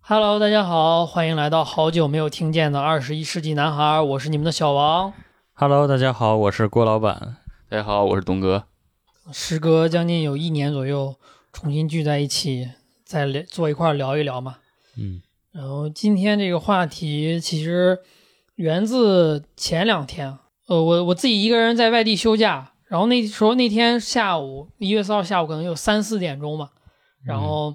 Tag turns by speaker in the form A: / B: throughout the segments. A: Hello，大家好，欢迎来到好久没有听见的二十一世纪男孩，我是你们的小王。
B: Hello，大家好，我是郭老板。
C: 大家好，我是东哥。
A: 时隔将近有一年左右，重新聚在一起，再聊坐一块儿聊一聊嘛。
B: 嗯
A: 然后今天这个话题其实源自前两天，呃，我我自己一个人在外地休假，然后那时候那天下午一月四号下午可能有三四点钟吧，然后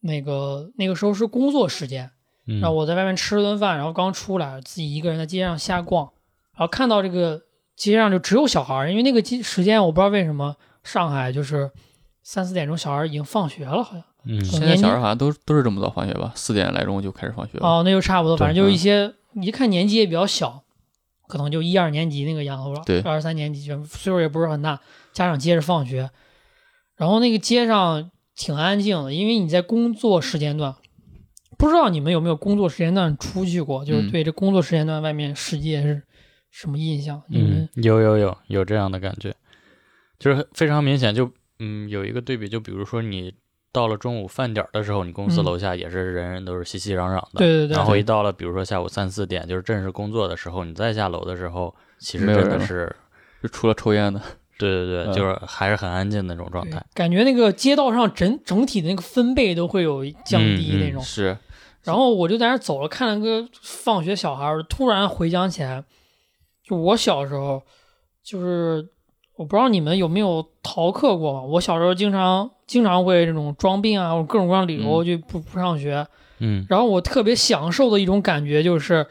A: 那个那个时候是工作时间，
B: 嗯
A: 然后我在外面吃了顿饭，然后刚出来，自己一个人在街上瞎逛，然后看到这个街上就只有小孩儿，因为那个街时间我不知道为什么上海就是三四点钟小孩儿已经放学了，好像。
B: 嗯
C: 现在小孩好像都都是这么早放学吧？四点来钟就开始放学了。
A: 哦，那就差不多，
B: 对
A: 反正就是一些一看年纪也比较小，可能就一二年级那个样子了，
C: 对
A: 二三年级，岁数也不是很大，家长接着放学，然后那个街上挺安静的，因为你在工作时间段，不知道你们有没有工作时间段出去过，就是
C: 嗯
A: 对这工作时间段外面世界是什么印象？你们
B: 嗯，有有有有这样的感觉，就是非常明显就，嗯有一个对比，就比如说你到了中午饭点儿的时候，你公司
A: 嗯
B: 楼下也是人人都是熙熙攘攘的，
A: 对对对
B: 然后一到了比如说下午三四点，就是正式工作的时候，你再下楼的时候，其实
C: 没有
B: 真的
C: 人了
B: 是，
C: 就除了抽烟的，
B: 对对对，
C: 嗯
B: 就是还是很安静的那种状
A: 对
B: 态。
A: 感觉那个街道上整整体的那个分贝都会有降低
B: 嗯嗯
A: 那种。
C: 是
A: 然后我就在那儿走了，看了个放学小孩儿，突然回想起来，就我小时候，就是我不知道你们有没有逃课过嘛？我小时候经常经常会这种装病啊，或者各种各样理由
C: 嗯
A: 就不、不上学。
B: 嗯
A: 然后我特别享受的一种感觉就是，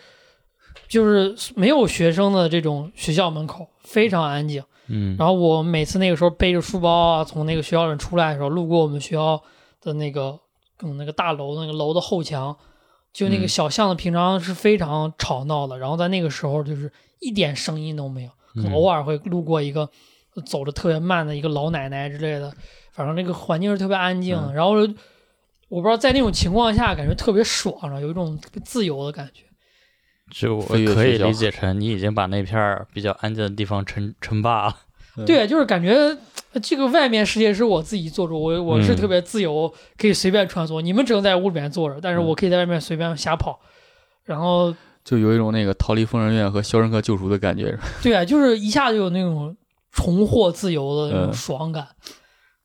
A: 就是没有学生的这种学校门口非常安静。
B: 嗯
A: 然后我每次那个时候背着书包啊，从那个学校里出来的时候，路过我们学校的那个嗯那个大楼那个楼的后墙，就那个
C: 嗯
A: 小巷子平常是非常吵闹的，然后在那个时候就是一点声音都没有，可能
B: 嗯
A: 偶尔会路过一个走的特别慢的一个老奶奶之类的，反正那个环境是特别安静
B: 嗯
A: 的。然后我不知道在那种情况下感觉特别爽，然后有一种特别自由的感觉。
B: 就我
C: 飞跃
B: 可以
C: 学校
B: 理解成你已经把那片儿比较安静的地方称称霸了。
C: 嗯
A: 对，就是感觉呃这个外面世界是我自己做主，我我是
B: 嗯
A: 特别自由，可以随便穿梭。你们只能在屋里面坐着，但是
C: 嗯
A: 我可以在外面随便瞎跑。然后，
C: 就有一种那个逃离疯人院和《肖申克救赎》的感觉。
A: 对啊，就是一下就有那种重获自由的那种
C: 嗯
A: 爽感，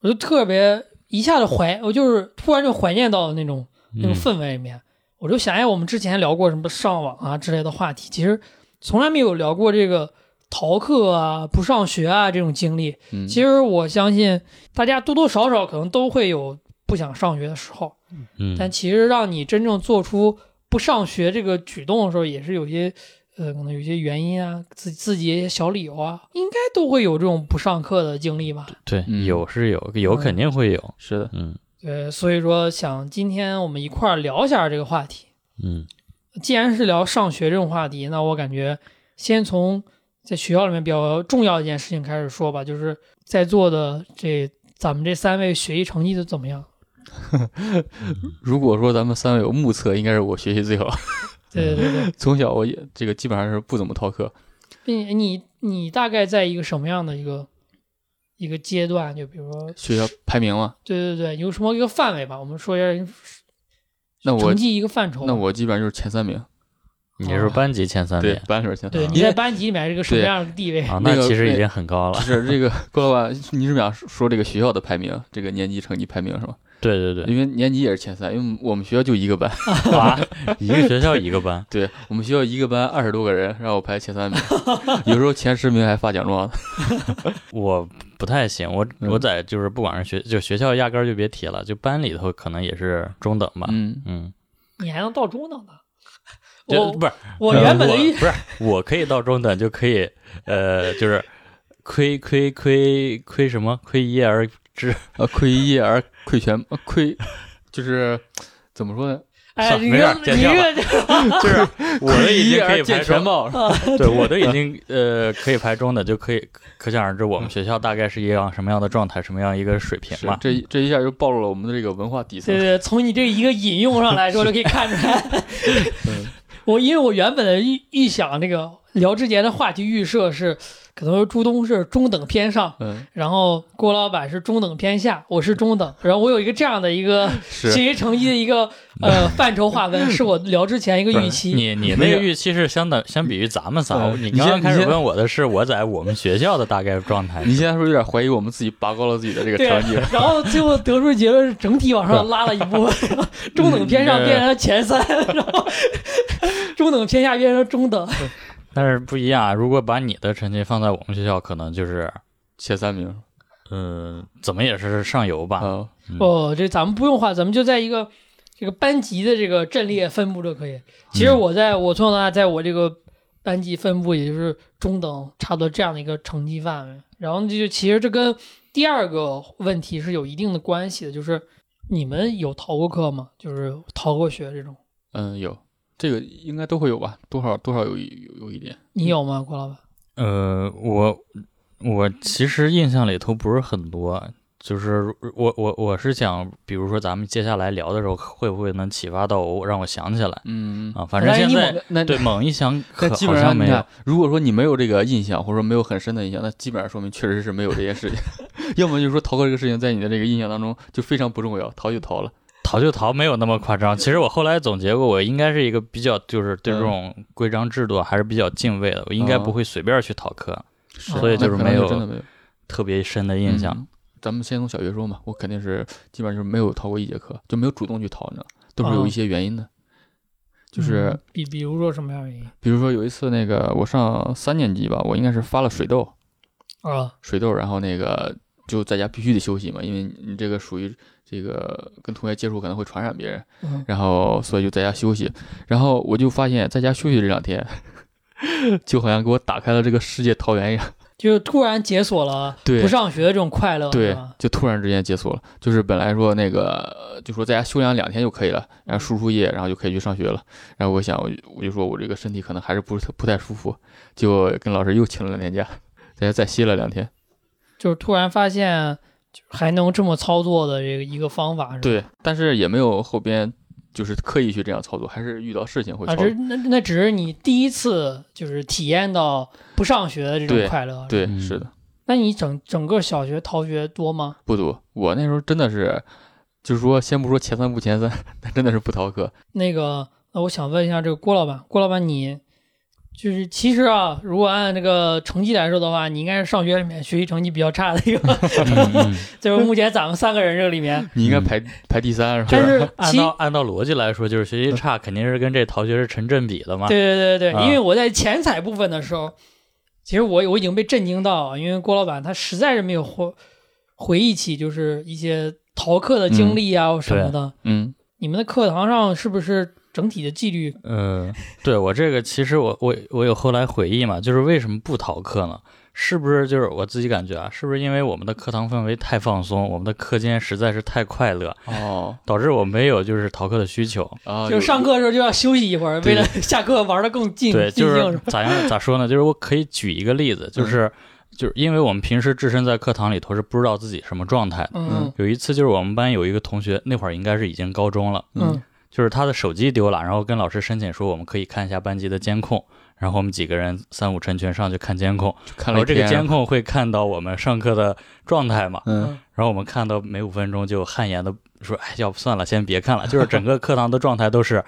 A: 我就特别一下子怀，我就是突然就怀念到那种那种
B: 嗯
A: 氛围里面。我就想，哎，我们之前聊过什么上网啊之类的话题，其实从来没有聊过这个逃课啊、不上学啊这种经历。
C: 嗯，
A: 其实我相信大家多多少少可能都会有不想上学的时候，
B: 嗯，
A: 但其实让你真正做出不上学这个举动的时候，也是有些呃，可能有些原因啊，自自己一些小理由啊，应该都会有这种不上课的经历吧。
B: 对，
C: 嗯
B: 有是有，有肯定会有。
C: 是的，
B: 嗯
A: 对，呃所以说想今天我们一块儿聊一下这个话题。
B: 嗯
A: 既然是聊上学这种话题，那我感觉先从在学校里面比较重要的一件事情开始说吧，就是在座的这咱们这三位学习成绩都怎么样？
C: 如果说咱们三位有目测，应该是我学习最好。
B: 嗯
A: 对对对，
C: 从小我也这个基本上是不怎么逃课，
A: 并且你你大概在一个什么样的一个一个阶段？就比如说，
C: 学校排名嘛。
A: 对对对，有什么一个范围吧？我们说一下
C: 那我
A: 成绩一个范畴吧。
C: 那我基本上就是前三名，
B: 你是班级前三
C: 对
B: 名
C: 班里边前三
A: 对
C: 名。啊
A: 你在班级里面是个什么样的地位？
B: 啊，
C: 那
B: 那
C: 个
B: 其实
C: 对
B: 已经很高了
C: 不。是这个郭老板，你是想说这个学校的排名，这个年级成绩排名是吧？
B: 对对
C: 因为年级也是前三，因为我们学校就一个班，
B: 对，哇，一个学校一个班，
C: 对我们学校一个班二十多个人，让我排前三名，有时候前十名还发奖状呢。
B: 我不太行，我
C: 嗯
B: 我在就是不管是学就学校压根儿就别提了，就班里头可能也是中等吧。
C: 嗯，
B: 嗯，
A: 你还能到中等呢？
B: 就
A: 我
B: 不是
A: 我原本的
B: 呃
A: 意
B: 我不是我可以到中等就可以，呃，就是亏亏亏亏什么亏一夜而 知，
C: 呃，窥一夜而窥全，呃窥就是怎么说呢？
A: 哎，
B: 算了
A: 你
B: 没事
A: 这
B: 儿剪
A: 你
B: 掉
A: 这个
B: 就是我
C: 窥
B: 的已
C: 一夜
B: 经可以
C: 而
B: 排
C: 见
B: 除
C: 全貌。
B: 对，我都已经呃可以排中的，就可以可想而知我们学校大概是一样什么样的状态，什么样一个水平
C: 是
B: 嘛。
C: 这一这一下就暴露了我们的这个文化底层
A: 对。对，从你这一个引用上 来说，就可以看出来
C: 嗯。
A: 我因为我原本的预预想，这个聊之前的话题预设是可能朱东是中等偏上，
C: 嗯，
A: 然后郭老板是中等偏下，我是中等，然后我有一个这样的一个
C: 是
A: 行为成绩的一个 呃范畴划分，是我聊之前一个预期。
B: 你你那个预期是相等，相比于咱们仨，
C: 嗯
B: 你
C: 你
B: 刚刚
C: 先
B: 开
C: 你
B: 始
C: 先
B: 问我的是我在我们学校的大概状 态。
C: 你现在是不是有点怀疑我们自己拔高了自己的这个
A: 对啊
C: 成绩？，
A: 然后最后得出结论是整体往上拉了一 波，然后中等偏上变成了前三，
C: 嗯
A: 然后中等偏下变成了中等。
B: 但是不一样啊，如果把你的成绩放在我们学校，可能就是，
C: 前三名
B: 嗯、怎么也是上游吧。
C: 啊，
B: 嗯
A: 哦，这咱们不用画，咱们就在一个这个班级的这个阵列分布就可以。其实我在我从小到大，在我这个班级分布也就是中等，差不多这样的一个成绩范围。然后这就其实这跟第二个问题是有一定的关系的，就是你们有逃过课吗？就是逃过学这种，
C: 嗯，有这个应该都会有吧，多少多少有一有有一点，
A: 你有吗，郭老板？
B: 呃，我我其实印象里头不是很多，就是我我我是想，比如说咱们接下来聊的时候，会不会能启发到我，让我想起来
C: 嗯，
B: 啊？反正
A: 哎
B: 现
A: 你
B: 在
A: 猛
C: 那
B: 对，猛一想，可
C: 但基
B: 好
C: 本
B: 像
C: 上你
B: 没有
C: 看。，如果说你没有这个印象，或者说没有很深的印象，那基本上说明确实是没有这件事情。 要么就是说逃课这个事情在你的这个印象当中就非常不重要，逃就逃了。
B: 逃就逃，没有那么夸张。其实我后来总结过，我应该是一个比较就是对这种规章制度还是比较敬畏的，我应该不会随便去逃课，所以
A: 对
B: 就是
C: 啊那可
B: 没
C: 能
B: 有
C: 真的没有
B: 特别深的印象。
C: 嗯咱们先从小学说嘛，我肯定是基本上就是没有逃过一节课，就没有主动去逃呢，都
B: 哦
C: 是有一些原因的。就是
A: 嗯比比如说什么样的原因
C: 比如说有一次那个我上三年级吧，我应该是发了水痘，
A: 啊？
C: 水痘，然后那个就在家必须得休息嘛，因为你这个属于这个跟同学接触可能会传染别人，
A: 嗯，
C: 然后所以就在家休息，然后我就发现在家休息这两天， 就好像给我打开了这个世界桃源一样，
A: 就突然解锁了
C: 对
A: 不上学的这种快乐，是
C: 对
A: 吧，
C: 就突然之间解锁了，就是本来说那个呃就说在家休养两天就可以了，然后输输液，然后就可以去上学了，然后我想我就我就说我这个身体可能还是不是特不太舒服，就跟老师又请了两天假，在家再歇了两天，
A: 就是突然发现就还能这么操作的这个一个方法是吧？
C: 对，但是也没有后边。就是刻意去这样操作，还是遇到事情会操
A: 啊，
C: 作。
A: 这那那只是你第一次就是体验到不上学的这种
C: 对
A: 快乐。
C: 对，
B: 嗯
C: 是的。
A: 那你整整个小学逃学多吗？
C: 不读，我那时候真的是，就是说，先不说前三不前三， 但真的是不逃课。
A: 那个，那我想问一下这个郭老板，郭老板你就是其实啊，如果按这个成绩来说的话，你应该是上学里面学习成绩比较差的一个，
B: 嗯 嗯
A: 就是目前咱们三个人这里 面。
C: 你应该排、排第三，是
A: 但
C: 吧？
A: 是
B: 按
A: 其
B: 照按照逻辑来说，就是学习差肯定是跟这逃学是成正比的嘛。
A: 对对对对，
B: 啊
A: 因为我在前彩部分的时候，其实我我已经被震惊到，因为郭老板他实在是没有回回忆起就是一些逃课的经历啊、什么的。
C: 嗯，
A: 你们的课堂上是不是整体的纪律？
B: 嗯，对我这个其实我我我有后来回忆嘛，就是为什么不逃课呢？是不是就是我自己感觉啊？是不是因为我们的课堂氛围太放松，我们的课间实在是太快乐，
C: 哦，
B: 导致我没有就是逃课的需求？
C: 啊，
A: 就是上
C: 有
A: 课的时候就要休息一会儿，为
C: 对
A: 了 下课玩的更尽
B: 对，
A: 尽
B: 就
A: 兴
B: 是
A: 是吧？
B: 咋样咋说呢？就是我可以举一个例子，就是、就是因为我们平时置身在课堂里头是不知道自己什么状态的。
A: 嗯
B: 有一次就是我们班有一个同学，那会儿应该是已经高中了，
A: 嗯
B: 就是他的手机丢了，然后跟老师申请说我们可以看一下班级的监控，然后我们几个人三五成群上去看监控，
C: 看
B: 然后
C: 了一
B: 哦这个
C: 天啊
B: 监，控会看到我们上课的状态嘛，
C: 嗯，
B: 然后我们看到每五分钟就汗颜的说，哎，要不算了，先别看了，就是整个课堂的状态都是。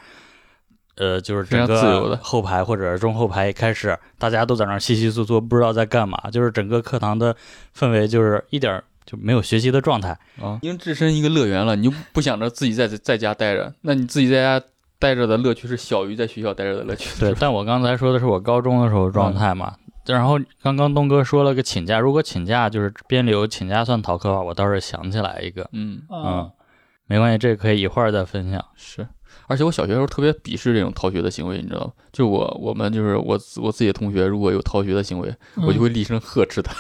B: 呃，就是整
C: 非常自由
B: 个
C: 的
B: 后排或者中后排一开始，大家都在那儿稀稀嗦嗦，不知道在干嘛。就是整个课堂的氛围，就是一点儿就没有学习的状态。
C: 啊，已经置身一个乐园了，你就不想着自己在在家待着，那你自己在家待着的乐趣是小于在学校待着的乐趣。
B: 对，但我刚才说的是嗯我高中的时候状态嘛。然后刚刚东哥说了个请假，如果请假就是边流请假算逃课的话，我倒是想起来一个，
C: 嗯，
B: 嗯
A: 啊，，
B: 没关系，这个可以一会儿再分享。
C: 是。而且我小学时候特别鄙视这种逃学的行为，你知道吗？就我我们就是我自我自己的同学，如果有逃学的行为，我
A: 嗯
C: 就会厉声呵斥他。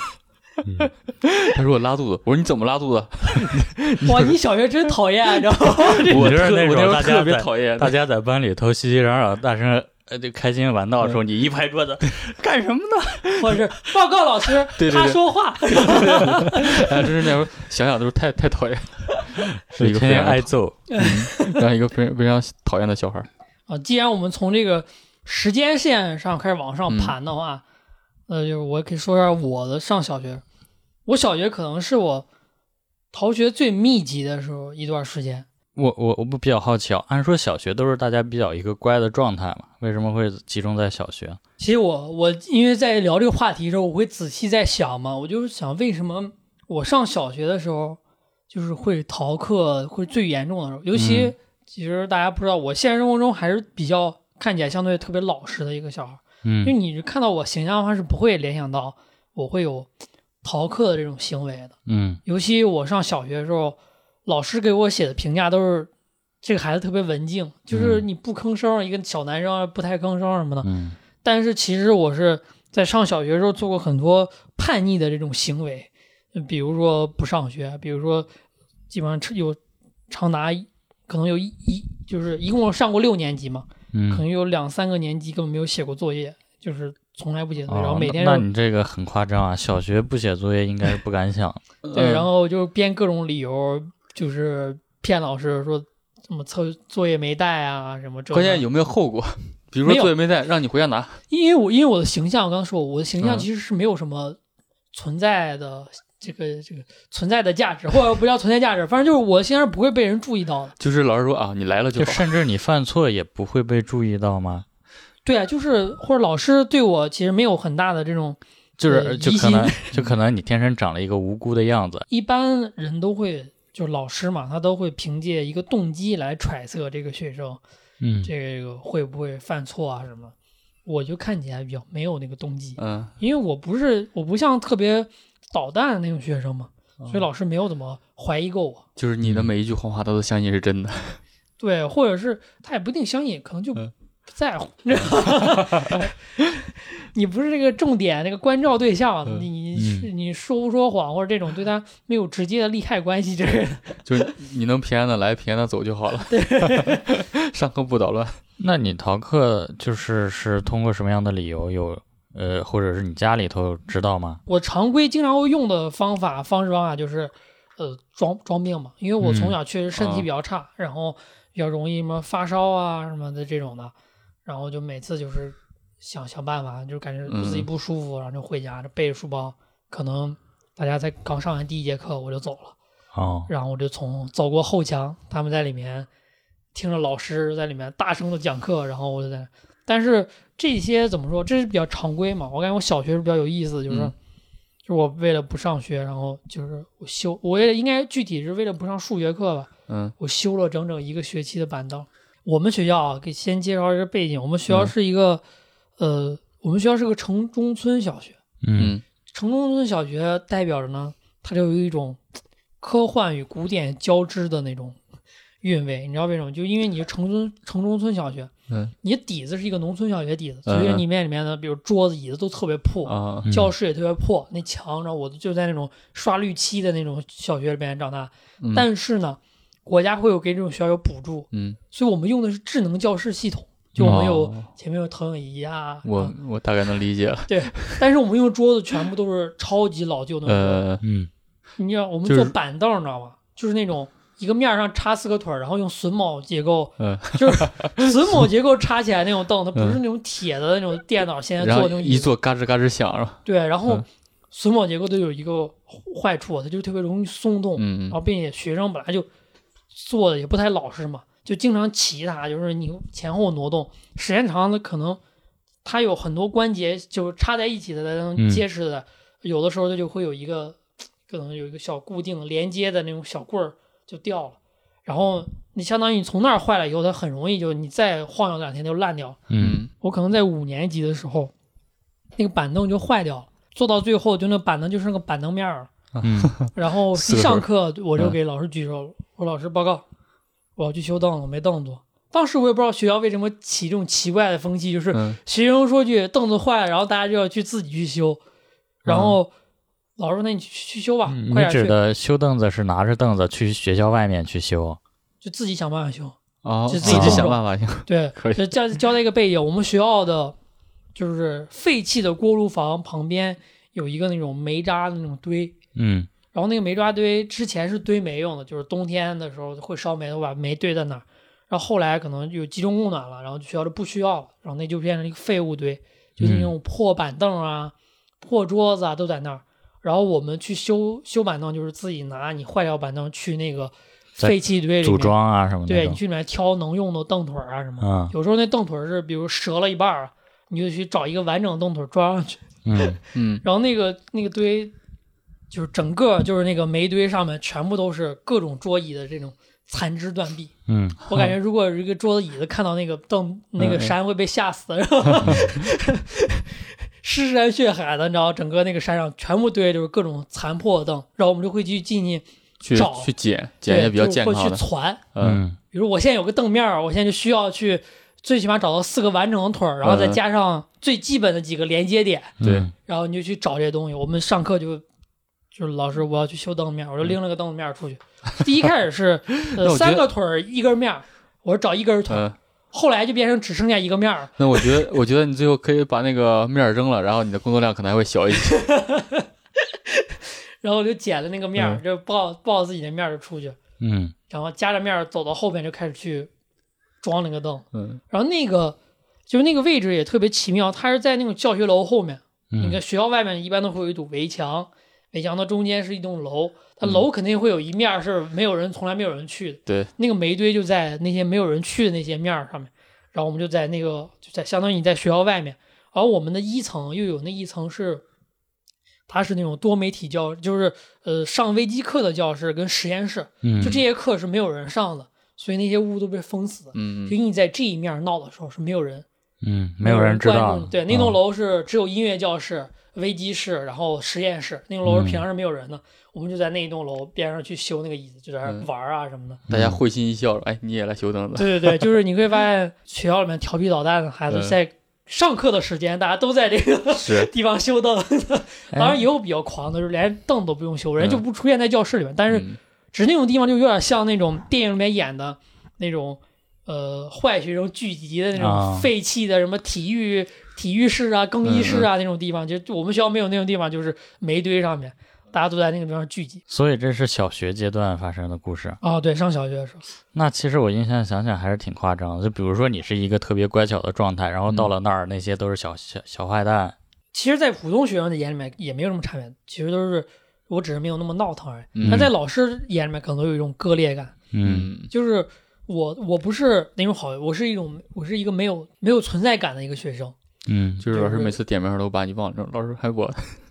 B: 嗯
C: 他说我拉肚子，我说你怎么拉肚子？
A: 哇，你小学真讨厌，啊你知道吗？
C: 我
B: 你就是
C: 特
B: 那
C: 我
B: 种
C: 时候
B: 大家
C: 特别
B: 在
C: 讨厌，
B: 大家在班里头熙熙攘攘，大声呃就开心玩闹的时候，你一拍桌子，干什么呢？
A: 我是报告老师，
C: 对对对
A: 他说话，
C: 哎，真是那时候想想都是太太讨厌，是一个
B: 天
C: 非
B: 天
C: 常
B: 挨揍。
C: 让一个非常非常讨厌的小孩儿。
A: 啊，既然我们从这个时间线上开始往上盘的话，呃，就是我可以说一下我的上小学，我小学可能是我逃学最密集的时候一段时间。
B: 我我我不比较好奇啊，按说小学都是大家比较一个乖的状态嘛，为什么会集中在小学？
A: 其实我我因为在聊这个话题的时候，我会仔细在想嘛，我就是想为什么我上小学的时候就是会逃课会最严重的时候，尤其
B: 嗯
A: 其实大家不知道，我现实生活中还是比较看起来相对特别老实的一个小孩，因为
B: 嗯
A: 你看到我形象的话是不会联想到我会有逃课的这种行为的。
B: 嗯
A: 尤其我上小学的时候，老师给我写的评价都是这个孩子特别文静，就是
B: 嗯
A: 你不吭声，一个小男生啊不太吭声什么的。
B: 嗯
A: 但是其实我是在上小学的时候做过很多叛逆的这种行为，比如说不上学，比如说基本上吃有长达一可能有一一就是一共上过六年级嘛，可能
B: 嗯，
A: 有两三个年级根本没有写过作业，就是从来不写作业，然
B: 哦
A: 后每天
B: 那
A: 就
B: 那你这个很夸张啊，小学不写作业应该是不 敢想。
A: 对，
C: 嗯
A: 然后就编各种理由，就是骗老师说什么测作业没带啊什么这。
C: 关键有没有后果？比如
A: 没
C: 说
A: 有
C: 作业没带，让你回家拿。
A: 因为我因为我的形象，我刚刚说我的形象
C: 嗯
A: 其实是没有什么存在的、这个这个存在的价值，或者不叫存在价值，反正就是我的形象是不会被人注意到的。
C: 就是老师说啊，你来了就
B: 就
C: 好。
B: 甚至你犯错也不会被注意到吗？
A: 对啊，就是或者老师对我其实没有很大的这种，
B: 就
A: 呃
B: 是就
A: 疑
B: 可
A: 心
B: 能就可能你天生长了一个无辜的样子。
A: 一般人都会就是老师嘛，他都会凭借一个动机来揣测这个学生
B: 嗯
A: 这个会不会犯错啊什么。我就看起来比较没有那个动机，
C: 嗯，
A: 因为我不是我不像特别捣蛋的那种学生嘛，
C: 啊
A: 所以老师没有怎么怀疑过我。
C: 就是你
B: 嗯
C: 的每一句谎话，他都相信是真的。
A: 对，或者是他也不一定相信，可能就
C: 嗯
A: 不在乎。 你不是这个重点那个关照对象，
C: 嗯
A: 你你你说不说谎或者这种对他没有直接的利害关系，这个人
C: 就是你能平安的来，平安的走就好了。 上课不捣乱。
B: 那你逃课就是是通过什么样的理由有呃，或者是你家里头知道吗？
A: 我常规经常会用的方法方式方法就是，呃，装装病嘛，因为我从小确实身体比较差，然后比较容易什么发烧啊什么的这种的，然后就每次就是想想办法，就感觉自己
C: 嗯
A: 不舒服，然后就回家，就背着书包，可能大家才刚上完第一节课我就走了，
B: 哦，
A: 然后我就从走过后墙，他们在里面听着老师在里面大声的讲课，然后我就在，但是这些怎么说，这是比较常规嘛。我感觉我小学是比较有意思的，就是、
C: 嗯
A: 就是我为了不上学，然后就是我修，我也应该具体是为了不上数学课吧，
C: 嗯
A: 我修了整整一个学期的板凳。我们学校啊，给先介绍一个背景，我们学校
C: 嗯
A: 是一个，呃，我们学校是个城中村小学。
B: 嗯
C: 嗯
A: 城中村小学代表着呢，它就有一种科幻与古典交织的那种韵味。你知道为什么？就因为你是城中城中村小学，
C: 嗯
A: 你的底子是一个农村小学底子，
C: 嗯
A: 所以里面里面的比如桌子椅子都特别破，
C: 啊
B: 嗯
A: 教室也特别破，那墙，然后我就在那种刷绿漆的那种小学里面长大。
C: 嗯
A: 但是呢，国家会有给这种学校有补助，
C: 嗯，
A: 所以我们用的是智能教室系统，就我们有、
C: 哦
A: 前面有投影仪啊，
C: 我我大概能理解了。
A: 但是我们用桌子全部都是超级老旧的那种。
C: 呃，
B: 嗯
A: 你知道我们
C: 就
A: 做
C: 是
A: 板凳，你知道吗？就是那种一个面儿上插四个腿儿，然后用榫卯结构，
C: 嗯
A: 就是榫卯结构插起来那种凳，它不是
C: 嗯
A: 那种铁的那种电脑现在
C: 然
A: 做
C: 后
A: 的那种椅
C: 一
A: 子。
C: 坐嘎吱嘎吱响是吧？
A: 对，然后
C: 嗯
A: 榫卯结构都有一个坏处，它就特别容易松动，
C: 嗯
A: 然后并且学生本来就坐的也不太老实嘛，就经常骑它，就是你前后挪动，时间长了可能它有很多关节就是插在一起的才能
B: 嗯
A: 结实的，有的时候它就会有一个可能有一个小固定连接的那种小棍儿就掉了，然后你相当于你从那儿坏了以后，它很容易就你再晃悠两天就烂掉了。
B: 嗯，
A: 我可能在五年级的时候，那个板凳就坏掉了，坐到最后就那板凳就是那个板凳面儿了。
B: 嗯，
A: 然后一
C: 四个手嗯
A: 上课我就给老师举手，我说老师报告，我要去修凳子，我没凳子坐。当时我也不知道学校为什么起这种奇怪的风气，就是
C: 嗯
A: 学生说句凳子坏了，然后大家就要去自己去修，
C: 嗯
A: 然后老师说那你去去修吧，
C: 嗯
B: 你
A: 快点
B: 指
A: 去，
B: 的修凳子是拿着凳子去学校外面去修？
A: 就自己想办法修。
C: 啊，
A: 就
C: 自
A: 自
B: 己
C: 己
B: 动
C: 想
A: 手
C: 办法行。
A: 对
C: 可，以
A: 就交交代一个背景，我们学校的就是废弃的锅炉房旁边有一个那种煤渣的那种堆，
B: 嗯
A: 然后那个煤渣堆之前是堆煤用的，就是冬天的时候会烧煤，我把煤堆在那儿。然后后来可能有集中供
B: 嗯
A: 暖了，然后学校就不需要了，然后那就变成一个废物堆，就是那种破板凳啊，破桌子啊都在那儿。然后我们去修修板凳，就是自己拿你坏掉板凳去那个
B: 再
A: 废弃堆里
B: 组
A: 面，
B: 装啊什么的那
A: 对你
B: 种。
A: 去里面挑能用的凳腿儿啊什么的。
B: 嗯
A: 有时候那凳腿儿是比如折了一半儿啊，你就去找一个完整的凳腿儿装上去。
B: 嗯，
C: 嗯，
A: 然后那个那个堆，就是整个就是那个煤堆上面全部都是各种桌椅的这种残肢断臂。
B: 嗯，
A: 我感觉如果有一个桌子椅子看到那个 凳那个山会被吓死，然后尸山血海的，你知道，整个那个山上全部堆的就是各种残破的凳，然后我们就会去进去
C: 去
A: 找
C: 去捡捡一些比较健
A: 对
C: 康
A: 就是会去，
C: 的
A: 攒。
C: 嗯，
B: 嗯，
A: 比如我现在有个凳面儿，我现在就需要去最起码找到四个完整的腿儿，然后再
C: 嗯
A: 加上最基本的几个连接点，
B: 嗯
C: 对，
A: 然后你就去找这些东西。我们上课就就是老师，我要去修凳面儿，我就拎了个凳面儿出去。 第一开始 是
C: 嗯那我
A: 呃
C: 觉得
A: 三个腿儿一根面儿，我找一根腿儿，
C: 嗯，
A: 后来就变成只剩下一个面儿。
C: 那我觉得，我觉得你最后可以把那个面儿扔了，然后你的工作量可能还会小一 些。
A: 然后我就捡了那个面
C: 嗯
A: 儿，就抱抱自己的面儿就出去，
B: 嗯，
A: 然后夹着面儿走到后边就开始去装那个凳。
C: 嗯
A: 然后那个就是那个位置也特别奇妙，它是在那种教学楼后面。你看
B: 嗯，
A: 学校外面一般都会有一堵围墙，围墙的中间是一栋楼，它
C: 嗯
A: 楼肯定会有一面儿是没有人，从来没有人去的。
C: 对，
A: 那个煤堆就在那些没有人去的那些面儿上面，然后我们就在那个就在相当于你在学校外面，而我们的一层又有那一层是。它是那种多媒体教，就是呃上微机课的教室跟实验室，
B: 嗯，
A: 就这些课是没有人上的，所以那些屋都被封死。
C: 嗯
A: 就你在这一面闹的时候是没有人，
B: 嗯，没有人知
A: 关
B: 道
A: 注
B: 哦的嗯
A: 你。对，那栋楼是只有音乐教室、危机室，然后实验室。那栋楼是
B: 嗯
A: 平常是没有人的，我们就在那一栋楼边上去修那个椅子，就在那儿
C: 嗯
A: 玩儿啊什么的。
C: 大家会心一笑，哎，你也来修 凳子，
A: 对对对，就是你会发现学校里面调皮捣蛋的孩子
C: 嗯
A: 在上课的时间，大家都在这个
C: 是，
A: 地方修凳。
B: 哎
A: 当然也有比较狂的，就是连凳都不用修，人
C: 嗯
A: 就不出现在教室里面。但是
C: 嗯
A: 只是那种地方就有点像那种电影里面演的那种，呃，坏学生聚集的那
B: 啊
A: 种废弃的什么体育、体育室啊、更衣室啊
B: 嗯
A: 那种地方。就就我们学校没有那种地方，就是煤堆上面，大家都在那个地方聚集。
B: 所以这是小学阶段发生的故事。
A: 哦，对，上小学的时候，
B: 那其实我印象想想还是挺夸张的，就比如说你是一个特别乖巧的状态，然后
A: 嗯
B: 到了那儿那些都是小小小坏蛋，
A: 其实，在普通学生的眼里面也没有什么差别，其实都是我只是没有那么闹腾而已。
C: 嗯
A: 但在老师眼里面，可能有一种割裂感，
B: 嗯
C: 嗯
A: 就是我我不是那种好，我是一种我是一个没有没有存在感的一个学生。
B: 嗯
C: 就是老师每次点名儿都把你忘了，老师还我，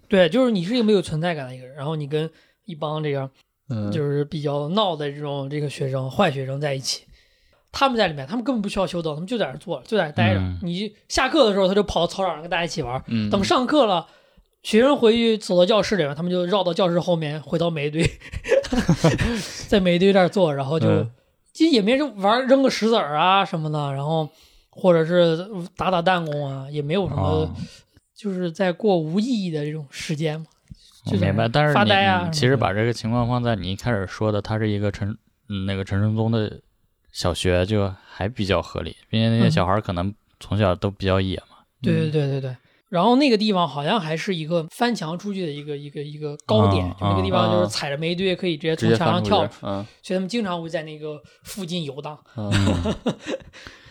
A: 对，就是你是一个没有存在感的一个人，然后你跟一帮这样
C: 嗯，
A: 就是比较闹的这种这个学生、坏学生在一起，他们在里面，他们根本不需要修灯，他们就在那儿坐着，就在那儿待着。
B: 嗯
A: 你下课的时候，他就跑到操场上跟大家一起玩儿；
C: 嗯
A: 等上课了，学生回去走到教室里面，他们就绕到教室后面，回到 煤堆， 在煤堆那儿坐，然后就、
C: 嗯
A: 其实也没人玩儿扔个石子儿啊什么的，然后或者是打打弹弓啊，也没有什么、
B: 哦
A: 就是在过无意义的这种时间嘛。
B: 我
C: 哦
A: 就在
B: 明白，
A: 那
B: 但是
A: 发
B: 你
A: 呆啊
B: 你
A: 什么
B: 其实把这个情况放在你一开始说的，它是一个陈嗯那个陈承宗的小学，就还比较合理，因为那些
A: 嗯
B: 小孩儿可能从小都比较野嘛。
A: 对
C: 嗯
A: 对对对对。然后那个地方好像还是一个翻墙出去的一个一个一个高点，
B: 啊
A: 就那个地方就
C: 啊
A: 是踩着煤堆可以直接
C: 直
A: 从
C: 接
A: 墙上
C: 翻出去
A: 跳，，
C: 嗯
A: 所以他们经常会在那个附近游荡。
C: 嗯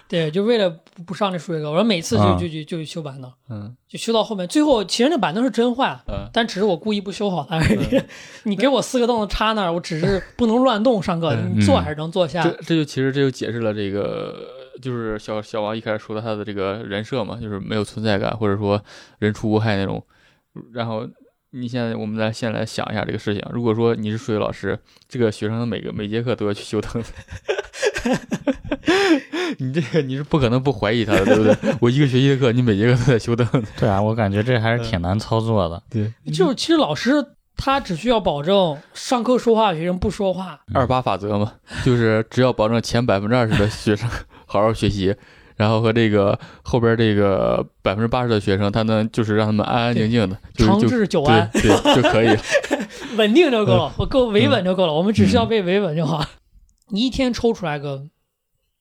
A: 对，就为了不不上这数学课，我说每次就、
B: 啊
A: 就就就修板凳，
C: 嗯
A: 就修到后面，最后其实那板凳是真坏了，
C: 嗯
A: 但只是我故意不修好它而已。 你给我四个凳子插那儿，我只是不能乱动上课，
C: 嗯
A: 你坐还是能坐下。
C: 这这就其实这就解释了这个，就是小小王一开始说的他的这个人设嘛，就是没有存在感，或者说人畜无害那种。然后你现在我们来先来想一下这个事情，啊如果说你是数学老师，这个学生每个每节课都要去修凳子， 你这个你是不可能不怀疑他的，对不对？我一个学期的课，你每节课都在修凳子，
B: 对啊，我感觉这还是挺难操作的。
C: 对，
A: 就是其实老师他只需要保证上课说话的学生不说话，
C: 二八法则嘛，就是只要保证前百分之二十的学生 好好学习，然后和这个后边这个百分之八十的学生，他能就是让他们安安静静的，就
A: 长
C: 是就
A: 治久安，
C: 对对就可以了。
A: 稳定就够
B: 嗯
A: 了，我够维稳就够了，我们只需要被维稳就好。你一天抽出来个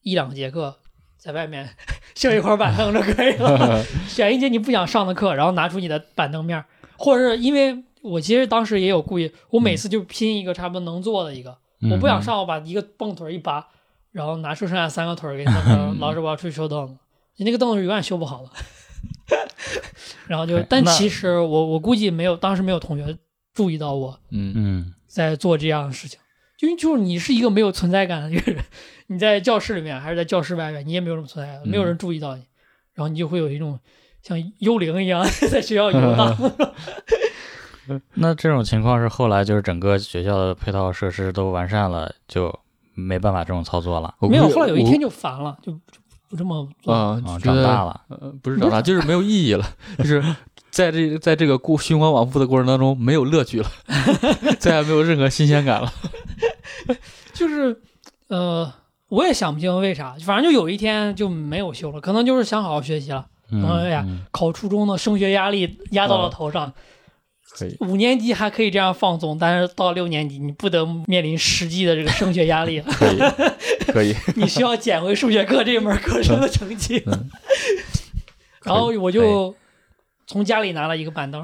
A: 一两节课，在外面 修一块板凳就可以 了。选一节你不想上的课，然后拿出你的板凳面儿，或者是因为我其实当时也有故意，我每次就拼一个差不多能坐的一个，
B: 嗯
A: 我不想上，我把一个蹦腿儿一拔， 然后拿出剩下三个腿儿给他们，老师我要出去修凳子。你那个凳子是永远修不好的， 然后就，但
B: 哎那
A: 其实我我估计没有，当时没有同学注意到我
C: 嗯，
B: 嗯，
A: 在做这样的事情，因为就是你是一个没有存在感的一个人，你在教室里面还是在教室外面，你也没有什么存在感，没有
C: 嗯
A: 人注意到你，然后你就会有一种像幽灵一样 在学
C: 嗯
A: 校游荡。
B: 那这种情况是后来就是整个学校的配套设施都完善了，就没办法这种操作了
C: 我
A: 没有，
C: 估计
A: 后来有一
C: 我
A: 天就嗯烦了，就就不这么做。
C: 啊，
B: 啊，
C: 就觉
B: 长
C: 得
B: 大了。
C: 呃，不是长大，就是没有意义了，就是在这在这个过循环往复的过程当中没有乐趣了， 再也没有任何新鲜感了。
A: 就是，呃，我也想不清为啥，反正就有一天就没有修了，可能就是想好好学习了，
B: 嗯
A: 哎呀
B: 嗯
A: 考初中的升学压力压
C: 啊
A: 到了头上。
C: 可以，
A: 五年级还可以这样放纵，但是到六年级你不得面临实际的这个升学压力了，
C: 可以，可以，
A: 你需要捡回数学课这门课程的成绩。
C: 嗯
A: 然后我就从家里拿了一个板凳，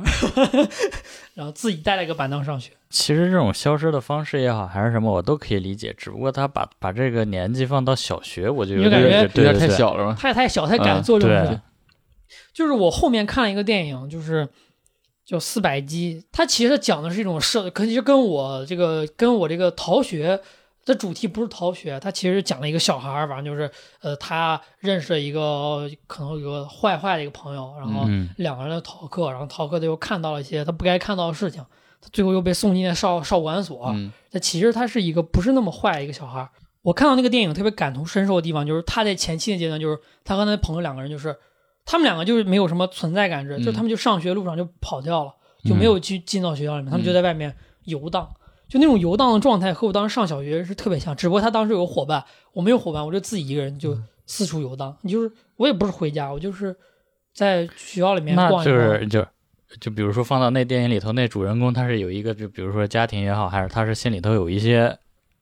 A: 然后自己带了一个板凳上学。
B: 其实这种消失的方式也好，还是什么，我都可以理解。只不过他把把这个年纪放到小学，我就
A: 你
B: 有
A: 就感
B: 点
A: 觉
B: 对
C: 有
B: 对
C: 点
B: 对
C: 太
B: 对
C: 小了嘛。
A: 太太小，才敢
C: 嗯
A: 做这种事情。
B: 啊对
A: 就是我后面看了一个电影，就是叫《四百击》，它其实讲的是一种社，可其实跟我这个跟我这个逃学的主题不是逃学，它其实讲了一个小孩儿，反正就是呃，他认识了一个可能有个坏坏的一个朋友，然后
B: 嗯，
A: 两个人逃课，然后逃课他又看到了一些他不该看到的事情，他最后又被送进了少少管所。
C: 嗯
A: 那其实他是一个不是那么坏的一个小孩儿。我看到那个电影特别感同身受的地方，就是他在前期的阶段，就是他和他的朋友两个人，就是他们两个就是没有什么存在感知，
C: 嗯
A: 就他们就上学路上就跑掉了，就没有去进到学校里面，他们就在外面游荡，就那种游荡的状态和我当时上小学是特别像，只不过他当时有个伙伴，我没有伙伴，我就自己一个人就四处游荡，就是我也不是回家，我就是在学校里面
B: 那
A: 逛一逛，
B: 就是就就比如说放到那电影里头，那主人公他是有一个，就比如说家庭也好，还是他是心里头有一些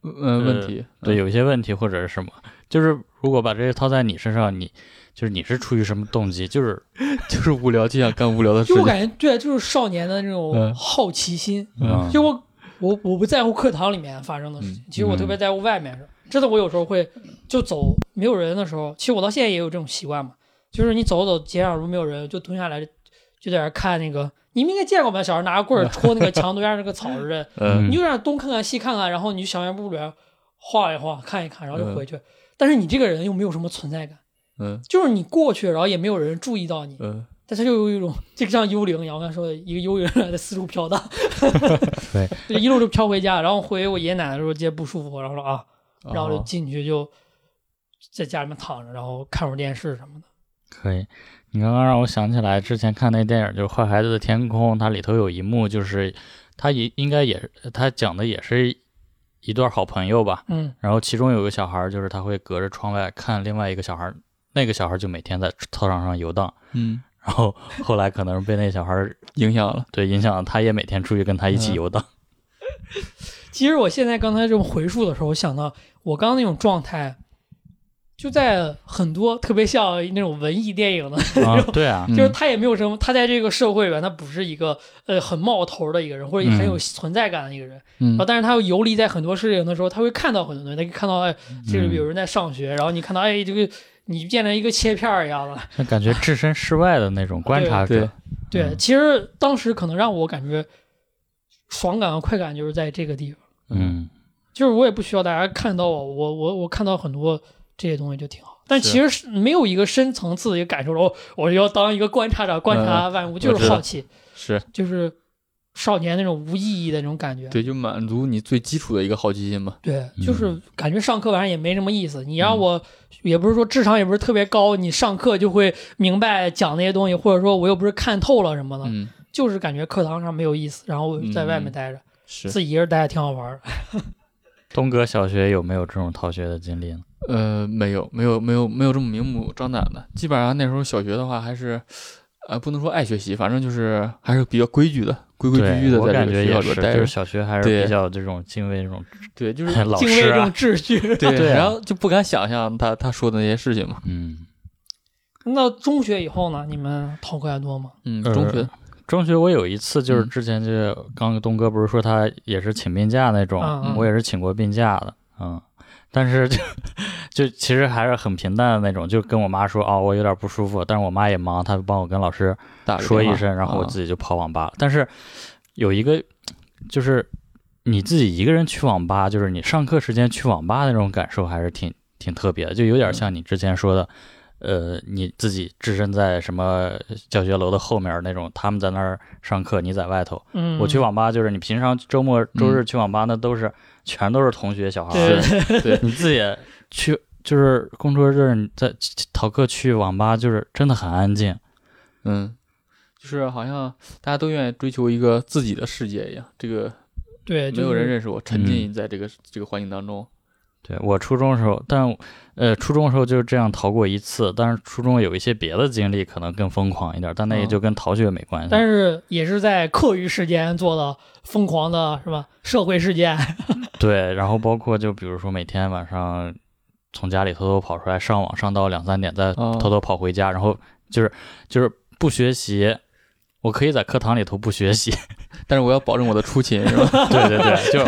C: 嗯，问题
B: 对，有一些问题或者是什么，就是如果把这些套在你身上，你就是你是出于什么动机？就是
C: 就是无聊，就想干无聊的事
A: 就我
C: 情。
A: 感觉对，就是少年的那种
C: 嗯
A: 好奇心，
B: 嗯
A: 就我我我不在乎课堂里面发生的事情，其实我特别在乎外面的事。真的，我有时候会就走没有人的时候，其实我到现在也有这种习惯嘛，就是你走走街上如果没有人，就蹲下来就在那儿看那个，你们应该见过吧？小孩拿着棍儿戳那个墙对面那个草似的，
C: 嗯
A: 你就在那儿东看看西看看，然后你就小卖部里边晃一晃看一看，然后就回去。但是你这个人又没有什么存在感，
C: 嗯
A: 就是你过去，然后也没有人注意到你，
C: 嗯，
A: 但是又有一种就像幽灵一样，我刚才说的一个幽灵在四处飘 荡，
B: 对，
A: 就一路就飘回家，然后回我爷爷奶奶的时候，直接不舒服，然后说啊，
C: 哦
A: 然后就进去就在家里面躺着，然后看会儿电视什么的。
B: 可以。你刚刚让我想起来之前看那电影，就是《坏孩子的天空》，它里头有一幕就是，他也应该也是他讲的也是一对儿好朋友吧，
A: 嗯，
B: 然后其中有个小孩儿，就是他会隔着窗外看另外一个小孩儿，那个小孩儿就每天在操场上游荡，
C: 嗯，
B: 然 后后来可能是被那小孩儿
C: 影响了。
B: 对影响了，他也每天出去跟他一起
C: 嗯
B: 游荡。
A: 其实我现在刚才这种回述的时候，我想到我刚刚那种状态，就在很多特别像那种文艺电影的，
B: 啊，对啊，
A: 就是
C: 嗯
A: 他也没有什么，他在这个社会里边，他不是一个呃很冒头的一个人，或者很有存在感的一个人。
C: 嗯
A: 然后，但是他又游离在很多事情的时候，他会看到很多东西，他可以看到哎，
C: 嗯
A: 这个有人在上学，然后你看到哎，这个你变成一个切片儿一样了。
B: 那感觉置身事外的那种观察
C: 对
B: 者
C: 对，
A: 对，
B: 嗯
A: 其实当时可能让我感觉爽感和快感就是在这个地方，
B: 嗯，
A: 就是我也不需要大家看到我，我我我看到很多这些东西就挺好。但
C: 是
A: 其实是没有一个深层次的一个感受，哦，我要当一个观察者，观察万物，就
C: 嗯我
A: 是
C: 知道
A: 好奇，
C: 是
A: 就是少年那种无意义的那种感觉。
C: 对，就满足你最基础的一个好奇心嘛。
A: 对，就是感觉上课反正也没什么意思。你让
C: 嗯
A: 我，也不是说智商也不是特别高，你上课就会明白讲那些东西，或者说我又不是看透了什么的，
C: 嗯，
A: 就是感觉课堂上没有意思，然后我就在外面
C: 嗯
A: 待着，
C: 是。
A: 自己一个人待着挺好玩儿。
B: 东哥小学有没有这种逃学的经历呢？
C: 呃，没有，没有，没有，没有这么明目张胆的。基本上那时候小学的话，还是，呃，不能说爱学习，反正就是还是比较规矩的，规规矩矩
B: 对，
C: 的
B: 我
C: 在
B: 感
C: 这个
B: 觉
C: 学
B: 也
C: 校里
B: 是，
C: 边
B: 就
C: 待
B: 是
C: 着。
B: 小学还是
C: 对嗯
B: 比较这种敬畏这种
C: 对，就是
B: 老
A: 敬畏
B: 师
A: 这种
B: 啊，
A: 秩序。
C: 对，
B: 对啊
C: 然后就不敢想象他他说的那些事情嘛。
B: 嗯。
A: 那中学以后呢？你们逃课还多吗？
C: 嗯，
B: 呃
C: 中学，
B: 中学我有一次就是
C: 嗯
B: 之前就是刚东哥不是说他也是请病假那种，
A: 嗯嗯
B: 我也是请过病假的，嗯，但是就就其实还是很平淡的那种，就跟我妈说哦，我有点不舒服，但是我妈也忙，她就帮我跟老师
C: 打个
B: 说
C: 电
B: 一
C: 话
B: 声，然后我
C: 啊
B: 自己就跑网吧了。但是有一个就是你自己一个人去网吧，就是你上课时间去网吧那种感受还是挺挺特别的，就有
C: 嗯
B: 点像你之前说的，呃，你自己置身在什么教学楼的后面那种，他们在那儿上课，你在外头。
A: 嗯，
B: 我去网吧就是你平常周末周
C: 嗯
B: 日去网吧，那都是全都是同学小孩儿，
A: 对
C: 啊
B: 你自己去就是工作日你在逃课去网吧，就是真的很安静。
C: 嗯，就是好像大家都愿意追求一个自己的世界一样，这个
A: 对，
C: 没
A: 哎就
C: 有
A: 是
C: 人认识我，沉
B: 嗯
C: 浸在这个、这个环境当中。
B: 对我初中的时候，但呃，初中的时候就是这样逃过一次，但是初中有一些别的经历可能更疯狂一点，但那个
C: 嗯
B: 就跟逃学没关系。
A: 但是也是在课余时间做了疯狂的是吧？社会事件，
B: 对，然后包括就比如说每天晚上从家里偷偷跑出来上网，上到两三点，再
C: 哦
B: 呃偷偷跑回家，然后就是就是不学习，我可以在课堂里头不学 习，
C: 但是我要保证我的出勤，是 吧？
B: 对对对，就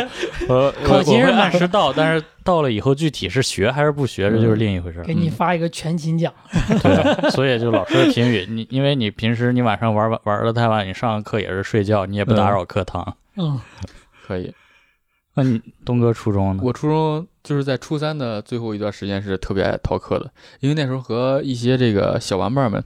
B: 我我
A: 考
B: 我
A: 勤
B: 会
A: 是吧
B: 按时到，但是到了以后具体是学还是不学，这就是
C: 嗯
B: 另一回事儿。
A: 给你发一个全勤奖。
B: 对，所以就老师的评语，你因为你平时你晚上玩玩玩的太晚，你上课也是睡觉，你也不打扰课堂。
A: 嗯，
C: 可以。
B: 那你东哥初中呢？
C: 我初中就是在初三的最后一段时间是特别爱逃课的，因为那时候和一些这个小玩伴们，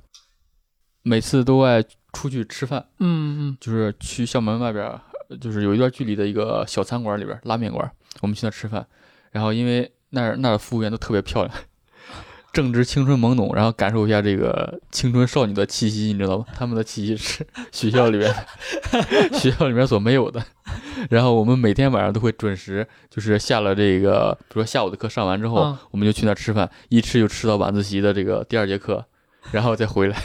C: 每次都爱出去吃饭，
A: 嗯嗯
C: 就是去校门外边儿，呃就是有一段距离的一个小餐馆里边儿，拉面馆儿，我们去那儿吃饭。然后因为那儿那儿的服务员都特别漂亮， 正值青春懵懂，然后感受一下这个青春少女的气息，你知道吗？他们的气息是学校里面 学校里面所没有的。然后我们每天晚上都会准时，就是下了这个，比如说下午的课上完之后，
A: 嗯
C: 我们就去那儿吃饭，一吃就吃到晚自习的这个第二节课，然后再回来。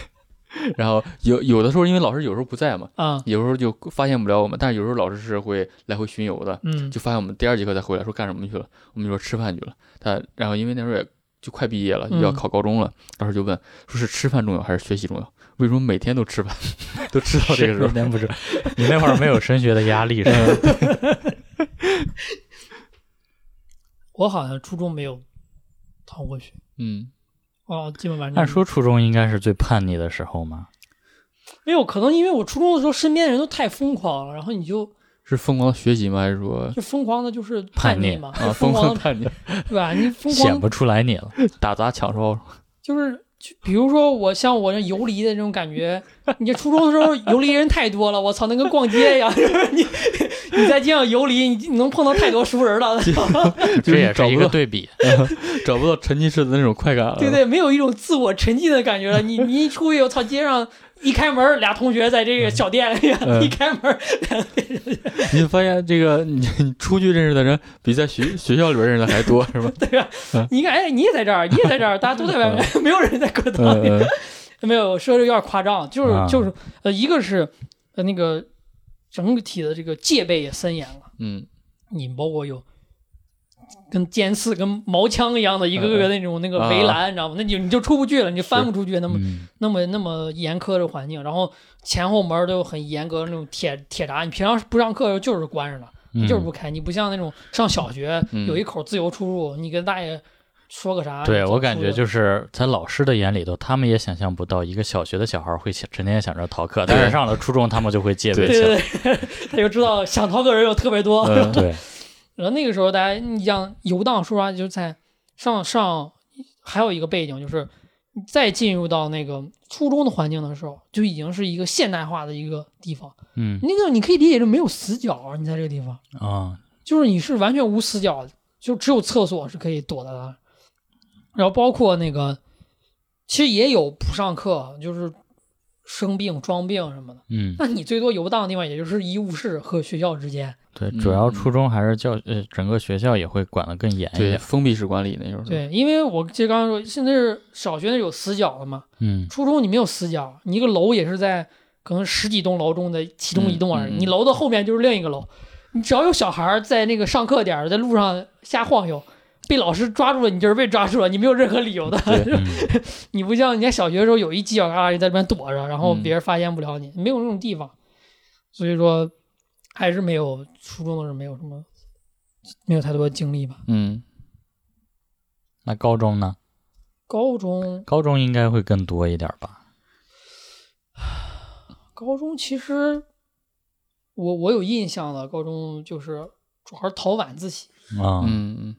C: 然后有有的时候，因为老师有时候不在嘛，
A: 啊
C: 有时候就发现不了我们，但是有时候老师是会来回巡游的，
A: 嗯，
C: 就发现我们第二节课才回来，说干什么去了？我们就说吃饭去了。他然后因为那时候也就快毕业了，就
A: 嗯
C: 要考高中了，老师就问，说是吃饭重要还是学习重要？为什么每天都吃饭， 都吃到这个时
B: 有
C: 候？嗯
B: 点不知， 你那会儿没有升学的压力是吧？
A: 我好像初中没有逃过学，
C: 嗯，
A: 哦，基本完成。
B: 按说初中应该是最叛逆的时候嘛。
A: 没有，可能因为我初中的时候身边的人都太疯狂了，然后你就是
C: 疯狂的学习吗？还是说
A: 就疯狂的，就是
B: 叛
A: 叛
B: 逆
A: 逆嘛，
C: 啊
A: 就疯
C: 疯狂
A: 狂的，
C: 叛逆、
A: 对吧？你疯
B: 显
A: 狂
B: 不出来你了，
C: 打砸抢烧？
A: 就是就比如说我像我这游离的这种感觉，你这初中的时候游离人太多了，我操，那跟逛街一样， 就是你你在街上游离，你你能碰到太多熟人了，
C: 就
B: 这
C: 是
B: 也
C: 找
B: 是一
C: 不
B: 个
C: 到
B: 对比。
C: 找不到沉浸式的那种快感了。
A: 对不对？没有一种自我沉浸的感觉了。你你一出去，我操，街上一开门，俩同学在这个小店里，
C: 嗯
A: 一开门，
C: 你就发现这个你你出去认识的人比在学学校里边认识的还多，是吧？
A: 你看，哎，你也在这儿，你也在这儿，大家都在外面，没有人在课
C: 嗯
A: 堂里。
C: 嗯
A: 没有，我说的有点夸张，就是、
B: 啊
A: 就是，呃，一个是呃那个整体的这个戒备也啊森严了，
C: 嗯，
A: 你包括有跟尖刺、跟毛枪一样的一个个那种那个围
C: 啊
A: 栏，你知道吗？那你就你就出不去了，你就翻不出去，那么
B: 嗯，
A: 那么那么严苛的环境，然后前后门都有很严格的那种铁铁闸，你平常不上课的时候就是关着的。
B: 嗯
A: 就是不开。你不像那种上小学、
C: 嗯
A: 有一口自由出入，你跟大爷说个啥？
B: 对
A: 你
B: 我感
A: 出
B: 觉
A: 去
B: 就是在老师的眼里头，他们也想象不到一个小学的小孩会想成天想着逃课，但是
C: 对
B: 上了初中他们就会戒备
A: 对
B: 起来。
A: 对对，他就知道想逃的人又特别多。
C: 嗯
B: 对，
A: 然后那个时候大家你像游荡，说实话就在上上，还有一个背景就是，你再进入到那个初中的环境的时候，就已经是一个现代化的一个地方。
B: 嗯
A: 那个你可以理解就没有死角，你在这个地方。
B: 啊，
A: 就是你是完全无死角，就只有厕所是可以躲的了。然后包括那个，其实也有不上课，就是生病、装病什么的。
B: 嗯。
A: 那你最多游荡的地方，也就是医务室和学校之间。
B: 对，
C: 嗯
B: 主要
C: 嗯
B: 初中还是教呃，整个学校也会管得更严一
C: 对，
B: 点。
C: 封闭式管理那时候。，
A: 哎对，因为我这刚刚说，现在是小学那有死角了嘛，
B: 嗯，
A: 初中你没有死角，你一个楼也是在可能十几栋楼中的其中一栋而已，
C: 嗯嗯嗯
A: 你楼的后面就是另一个楼。你只要有小孩儿在那个上课点儿在路上瞎晃悠，被老师抓住了，你就是被抓住了，你没有任何理由的。
B: 嗯
A: 你不像人家小学的时候有一犄角旮旯在里面躲着，然后
C: 嗯
A: 别人发现不了你，没有那种地方，所以说还是没有初中的时候没有什么没有太多经历吧。
C: 嗯，
B: 那高中呢？
A: 高中
B: 高中应该会更多一点吧？
A: 高中其实我我有印象了，高中就是主要是逃晚自习。
B: 啊、
C: 嗯嗯，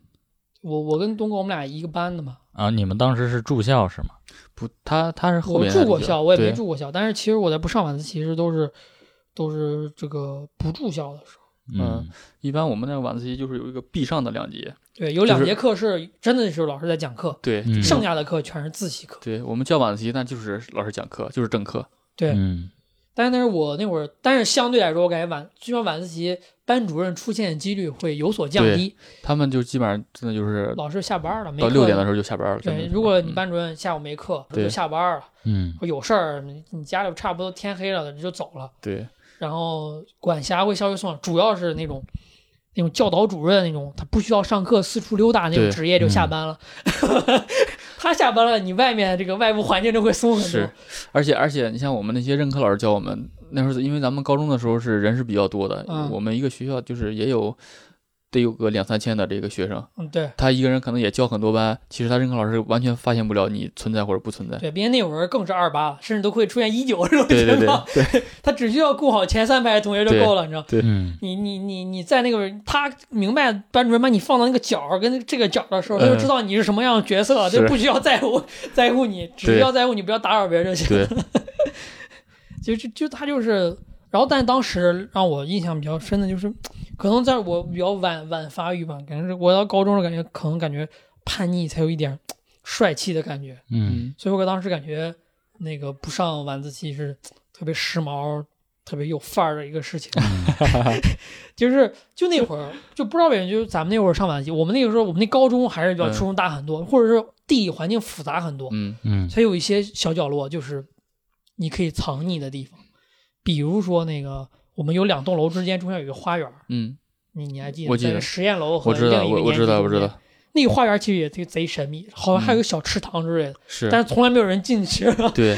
A: 我我跟东哥我们俩一个班的嘛，
B: 啊，你们当时是住校是吗？
C: 不，他他是后
A: 我
C: 面才
A: 住过
C: 比较
A: 校，我也没
C: 对
A: 住过校，但是其实我在不上晚自习时都是都是这个不住校的时候。
B: 嗯
C: 一般我们那个晚自习就是有一个必上的两节，
A: 对，有两
C: 就是
A: 节课是真的是老师在讲课，
C: 对，
B: 嗯
A: 剩下的课全是自习课。
C: 对我们叫晚自习，但就是老师讲课，就是正课。
A: 对，
B: 嗯
A: 但是那是我那会儿，但是相对来说，我感觉晚就像晚自习班主任出现的几率会有所降低。
C: 他们就基本上真的就是
A: 老师下班了，没
C: 到
A: 课
C: 六点的时候就嗯下班了。真的
A: 对，
C: 是
A: 如果你班主任下午没课，
C: 对
A: 就下班了，
B: 嗯
A: 或有事儿，你你家里差不多天黑了，你就走了。
C: 对
A: 然后管辖会稍微松，主要是那种那种教导主任那种，他不需要上课四处溜达那种
C: 对
A: 职业就
B: 嗯
A: 下班了。 他下班了，你外面这个外部环境就会松很
C: 是
A: 多。，
C: 而且而且你像我们那些任课老师教我们，那时候因为咱们高中的时候是人是比较多的，
A: 嗯
C: 我们一个学校就是也有得有个两三千的这个学生，
A: 嗯，对
C: 他一个人可能也教很多班，其实他任课老师完全发现不了你存在或者不存在。
A: 对，并且那会儿更是二八，甚至都会出现一九这种
C: 对对
A: 情
C: 对
A: 况。
C: 对
A: 他只需要顾好前三排的同学就够了，你知道。
B: 嗯
A: 你你你你在那个他明白班主任把你放到那个角儿跟这个角儿的时候，他就
C: 嗯
A: 知道你是什么样的角色，
C: 是
A: 就不需要在乎在乎你，只需要在乎你不要打扰别人就行。
C: 对，
A: 就就就他就是，然后但当时让我印象比较深的就是，可能在我比较晚晚发育吧，感觉是我到高中的感觉，可能感觉叛逆才有一点帅气的感觉，
B: 嗯
C: 嗯
A: 所以我当时感觉那个不上晚自习是特别时髦、特别有范儿的一个事情。
C: 嗯
A: 就是就那会儿就不知道为什么，就是咱们那会儿上晚自习，我们那个时候我们那高中还是比较
C: 嗯
A: 初中大很多，或者是地理环境复杂很多，
C: 嗯
B: 嗯
A: 它有一些小角落，就是你可以藏匿的地方，比如说那个我们有两栋楼之间中间有一个花园儿，
C: 嗯，
A: 你你还记得吗？
C: 我记得
A: 在实验楼和
C: 我知道，
A: 另一个
C: 我我
A: 年级
C: 知道，
A: 中
C: 我知
A: 间
C: 道，嗯
A: 那个花园其实也贼贼神秘，好像还有个小池塘之类的，
C: 是，
A: 但是从来没有人进去，
C: 对，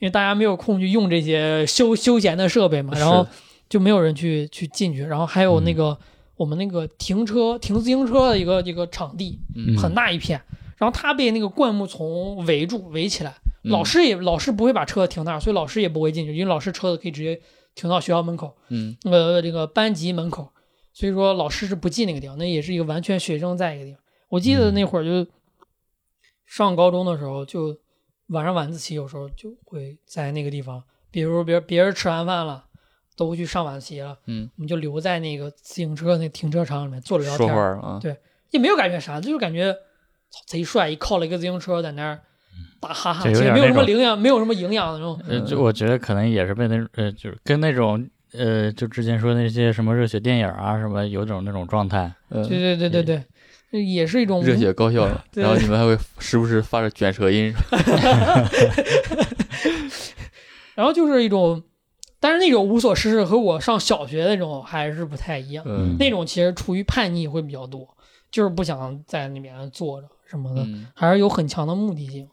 A: 因为大家没有空去用这些休休闲的设备嘛，然后
C: 是嗯
A: 就没有人去去进去，然后还有那个、我们那个停车停自行车的一个一个场地，
C: 嗯
A: 很大一片，然后它被那个灌木丛围住围起来。
C: 嗯
A: 老师也老师不会把车停那儿，所以老师也不会进去，因为老师车子可以直接停到学校门口，
C: 嗯
A: 呃，这个班级门口，所以说老师是不进那个地方，那也是一个完全学生在一个地方。我记得那会儿就上高中的时候，就晚上晚自习有时候就会在那个地方，比如别别人吃完饭了，都去上晚自习了，
C: 嗯，
A: 我们就留在那个自行车那停车场里面坐着聊
C: 说
A: 天
C: 话
A: 儿，
C: 儿啊，
A: 也没有感觉啥，就是感觉操贼帅，一靠了一个自行车在那儿打哈哈，
B: 这
A: 其
B: 有
A: 实
B: 点
A: 没有
B: 那
A: 什么
B: 种
A: 营养，没有什么营养的那种。
B: 呃，就我觉得可能也是被那呃，就是跟那种呃，就之前说那些什么热血电影啊什么，有种那种状态。
C: 嗯
A: 对对对对对，就也是一种
C: 热血高校了，
A: 对
C: 然后你们还会时不时发着卷舌音，
A: 然后就是一种，但是那种无所事事和我上小学那种还是不太一样。
C: 嗯
A: 那种其实出于叛逆会比较多，就是不想在那边坐着什么的，
C: 嗯
A: 还是有很强的目的性。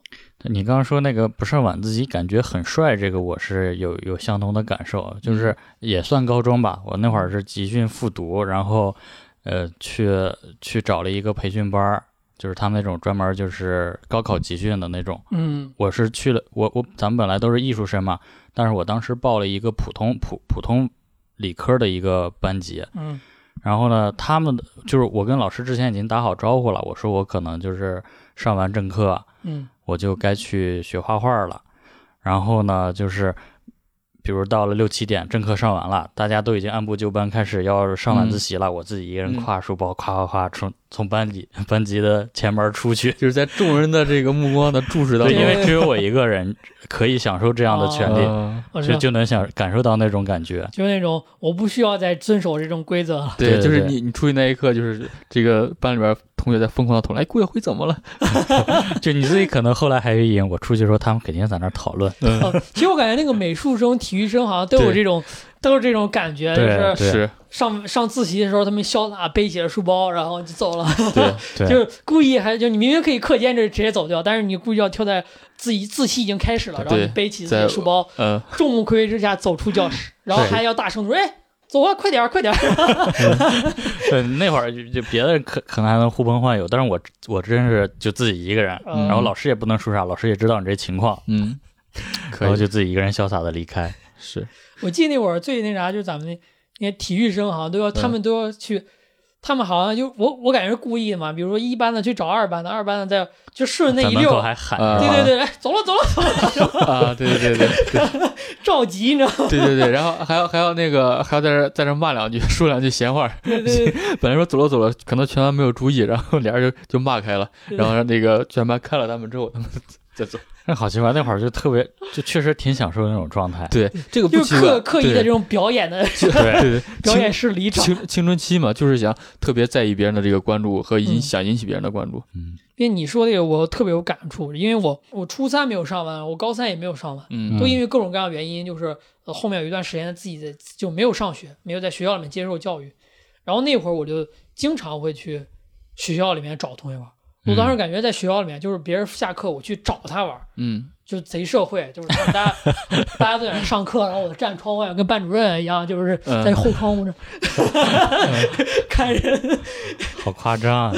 B: 你刚刚说那个不上晚自习感觉很帅，这个我是有有相同的感受，啊就是也算高中吧。我那会儿是集训复读，然后呃去去找了一个培训班儿，就是他们那种专门就是高考集训的那种。
A: 嗯
B: 我是去了，我我咱们本来都是艺术生嘛，但是我当时报了一个普通普普通理科的一个班级，
A: 嗯
B: 然后呢，他们的就是我跟老师之前已经打好招呼了，我说我可能就是上完正课啊
A: 嗯
B: 我就该去学画画了，然后呢就是。比如到了六七点，正课上完了，大家都已经按部就班开始要上晚自习了。我自己一个人
C: 嗯
B: 挎书包，挎挎挎从从班里班级的前门出去，
C: 就是在众人的这个目光的注视 当
B: 对，哦
C: 中，
B: 因为只有我一个人可以享受这样的权利，
C: 啊
A: 我知
B: 就
A: 道，
B: 就能想感受到那种感觉。
A: 就是那种我不需要再遵守这种规则了。
C: 对，
B: 对
C: 就是
B: 对
C: 你你出去那一刻，就是这个班里边同学在疯狂的讨论，哎，顾小辉怎么了？
B: 就你自己可能后来还有瘾，我出去说他们肯定在那儿讨论，
C: 嗯，
A: 啊其实我感觉那个美术生、体育生好像都有
C: 对
A: 这种，都有这种感觉，就
B: 对啊
A: 是
C: 是，
A: 上上自习的时候，他们潇洒背起了书包，然后就走了，
C: 对，
B: 对
A: 就是故意还就你明明可以课间这直接走掉，但是你故意要挑在自习自习已经开始了，然后
C: 对
A: 你背起自己
C: 在
A: 的书包，
C: 嗯，
A: 众目睽睽之下走出教室，然后还要大声地说：“哎，走啊，快点儿，快点儿。
B: 对，那会儿就就别的人可可能还能呼朋唤友，但是我我真是就自己一个人，
A: 嗯
B: 然后老师也不能说啥，老师也知道你这情况，
C: 嗯，
B: 然
C: 可
B: 后
C: 以
B: 就自己一个人潇洒的离开。
C: 是
A: 我记得那会儿最那啥，就是咱们那那些体育生好像都要，他们都要去，他们好像就我我感觉是故意的嘛，比如说一班的去找二班的，二班的再就顺那
B: 在
A: 一
B: 门口
A: 溜。
B: 还喊
C: 啊
A: 对
B: 着
A: 对对，哎走了走了，
C: 啊，对对对对
A: 着急，你 知道吗？
C: 对对对，然后还要还要那个还要在这在这骂两句， 说两句闲话。
A: 对对对
C: 本来说走了走了，可能全班没有注意，然后俩人就就骂开了，
A: 对
C: 然后让那个全班看了他们之后，他们再走。
B: 那好奇怪，那会儿就特别，就确实挺享受那种状态。
C: 对，这个
A: 就
C: 不
A: 是
C: 奇怪
A: 刻，刻意的这种表演的
C: 对对
A: 表
C: 对
A: 演式离场，
C: 青青青春期嘛，就是想特别在意别人的这个关注和引、
A: 嗯
C: 想引起别人的关注。
B: 嗯，
A: 因为你说这个我特别有感触，因为我我初三没有上完，我高三也没有上完，
C: 嗯
A: 都因为各种各样的原因，就是呃后面有一段时间自己在就没有上学，没有在学校里面接受教育，然后那会儿我就经常会去学校里面找同学玩。我当时感觉在学校里面，就是别人下课我去找他玩，
C: 嗯
A: 就贼社会，就是大家大家都在那上课，然后我站窗外跟班主任一样，就是
C: 嗯
A: 在后窗户那、 看人。
B: 好夸张啊！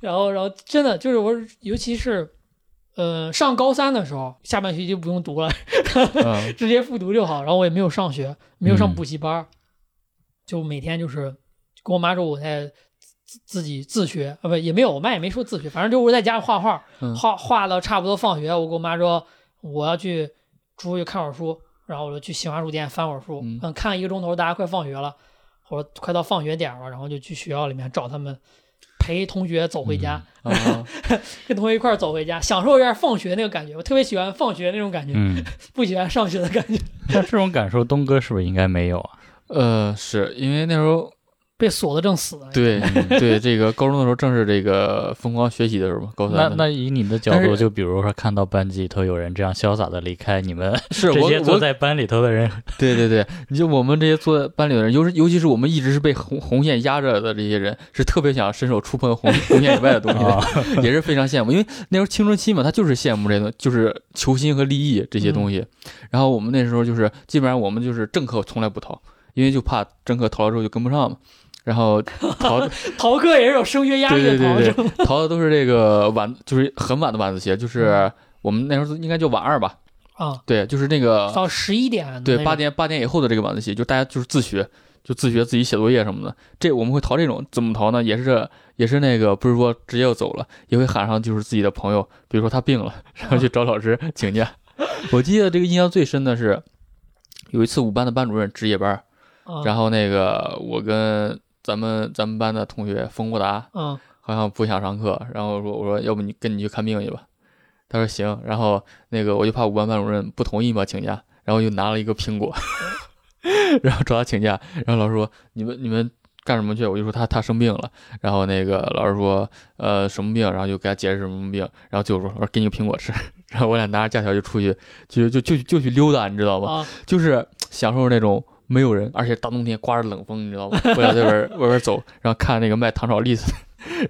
A: 然后，然后真的就是我，尤其是，呃，上高三的时候，下半学期就不用读了，
C: 嗯
A: 直接复读就好。然后我也没有上学，没有上
B: 嗯
A: 补习班儿，就每天就是跟我妈说我在自自己自学啊，不也没有，我妈也没说自学，反正就是我在家画画，
C: 嗯
A: 画画到差不多放学，我跟我妈说我要去出去看会儿书，然后我就去新华书店翻会儿书，
C: 嗯
A: 嗯，看一个钟头，大家快放学了，我说快到放学点儿了，然后就去学校里面找他们。陪同学走回家，
C: 啊，
A: 跟同学一块儿走回家，享受一下放学那个感觉。我特别喜欢放学那种感觉，
B: 嗯，
A: 不喜欢上学的感觉。
B: 但这种感受，东哥是不是应该没有啊？
C: 呃，是因为那时候
A: 被锁的正死了。
C: 对
B: 嗯
C: 对这个高中的时候正是这个疯狂学习的时候嘛，高
B: 那
C: 三的
B: 那以你的角
C: 但
B: 度，
C: 是
B: 就比如说看到班级里头有人这样潇洒的离开，你们
C: 是
B: 这
C: 我
B: 些坐
C: 我
B: 在班里头的人，
C: 对对对，你就我们这些坐在班里的人，尤是尤其是我们一直是被红红线压着的这些人，是特别想伸手触碰红红线以外的东西
B: 啊
C: 的，也是非常羡慕。因为那时候青春期嘛，他就是羡慕这种，就是求新和利益这些东西。
A: 嗯
C: 然后我们那时候就是基本上我们就是正课从来不逃，因为就怕正课逃了之后就跟不上嘛。然后 逃的
A: 逃课也是有升学压力
C: 对对
A: 的逃
C: 对
A: 生。
C: 对，逃的都是这个晚，就是很晚的晚自习，就是
A: 嗯
C: 我们那时候应该叫晚二吧？
A: 啊，
C: 对，就是那个
A: 到十一点
C: 对，
A: 嗯那
C: 八
A: 种
C: 点八点以后的这个晚自习，就大家就是自学，就自学自己写作业什么的。这我们会逃这种，怎么逃呢？也是也是那个，不是说直接就走了，也会喊上就是自己的朋友，比如说他病了，然后去找老师请假。 我记得这个印象最深的是，有一次我们班的班主任值夜班，
A: 啊、
C: 然后那个我跟咱们咱们班的同学冯国达，
A: 嗯
C: 好像不想上课，然后说我说要不你跟你去看病去吧，他说行，然后那个我就怕五班班主任不同意嘛请假，然后就拿了一个苹果， 然后找他请假，然后老师说你们你们干什么去？我就说他他生病了，然后那个老师说呃什么病，然后就给他解释什么病，然后最后说我说给你个苹果吃， 然后我俩拿着假条就出去就就就就去溜达，你知道吗？
A: 啊，
C: 就是享受那种没有人，而且大冬天刮着冷风，你知道吗？我俩在外边外边走，然后看那个卖糖炒栗子，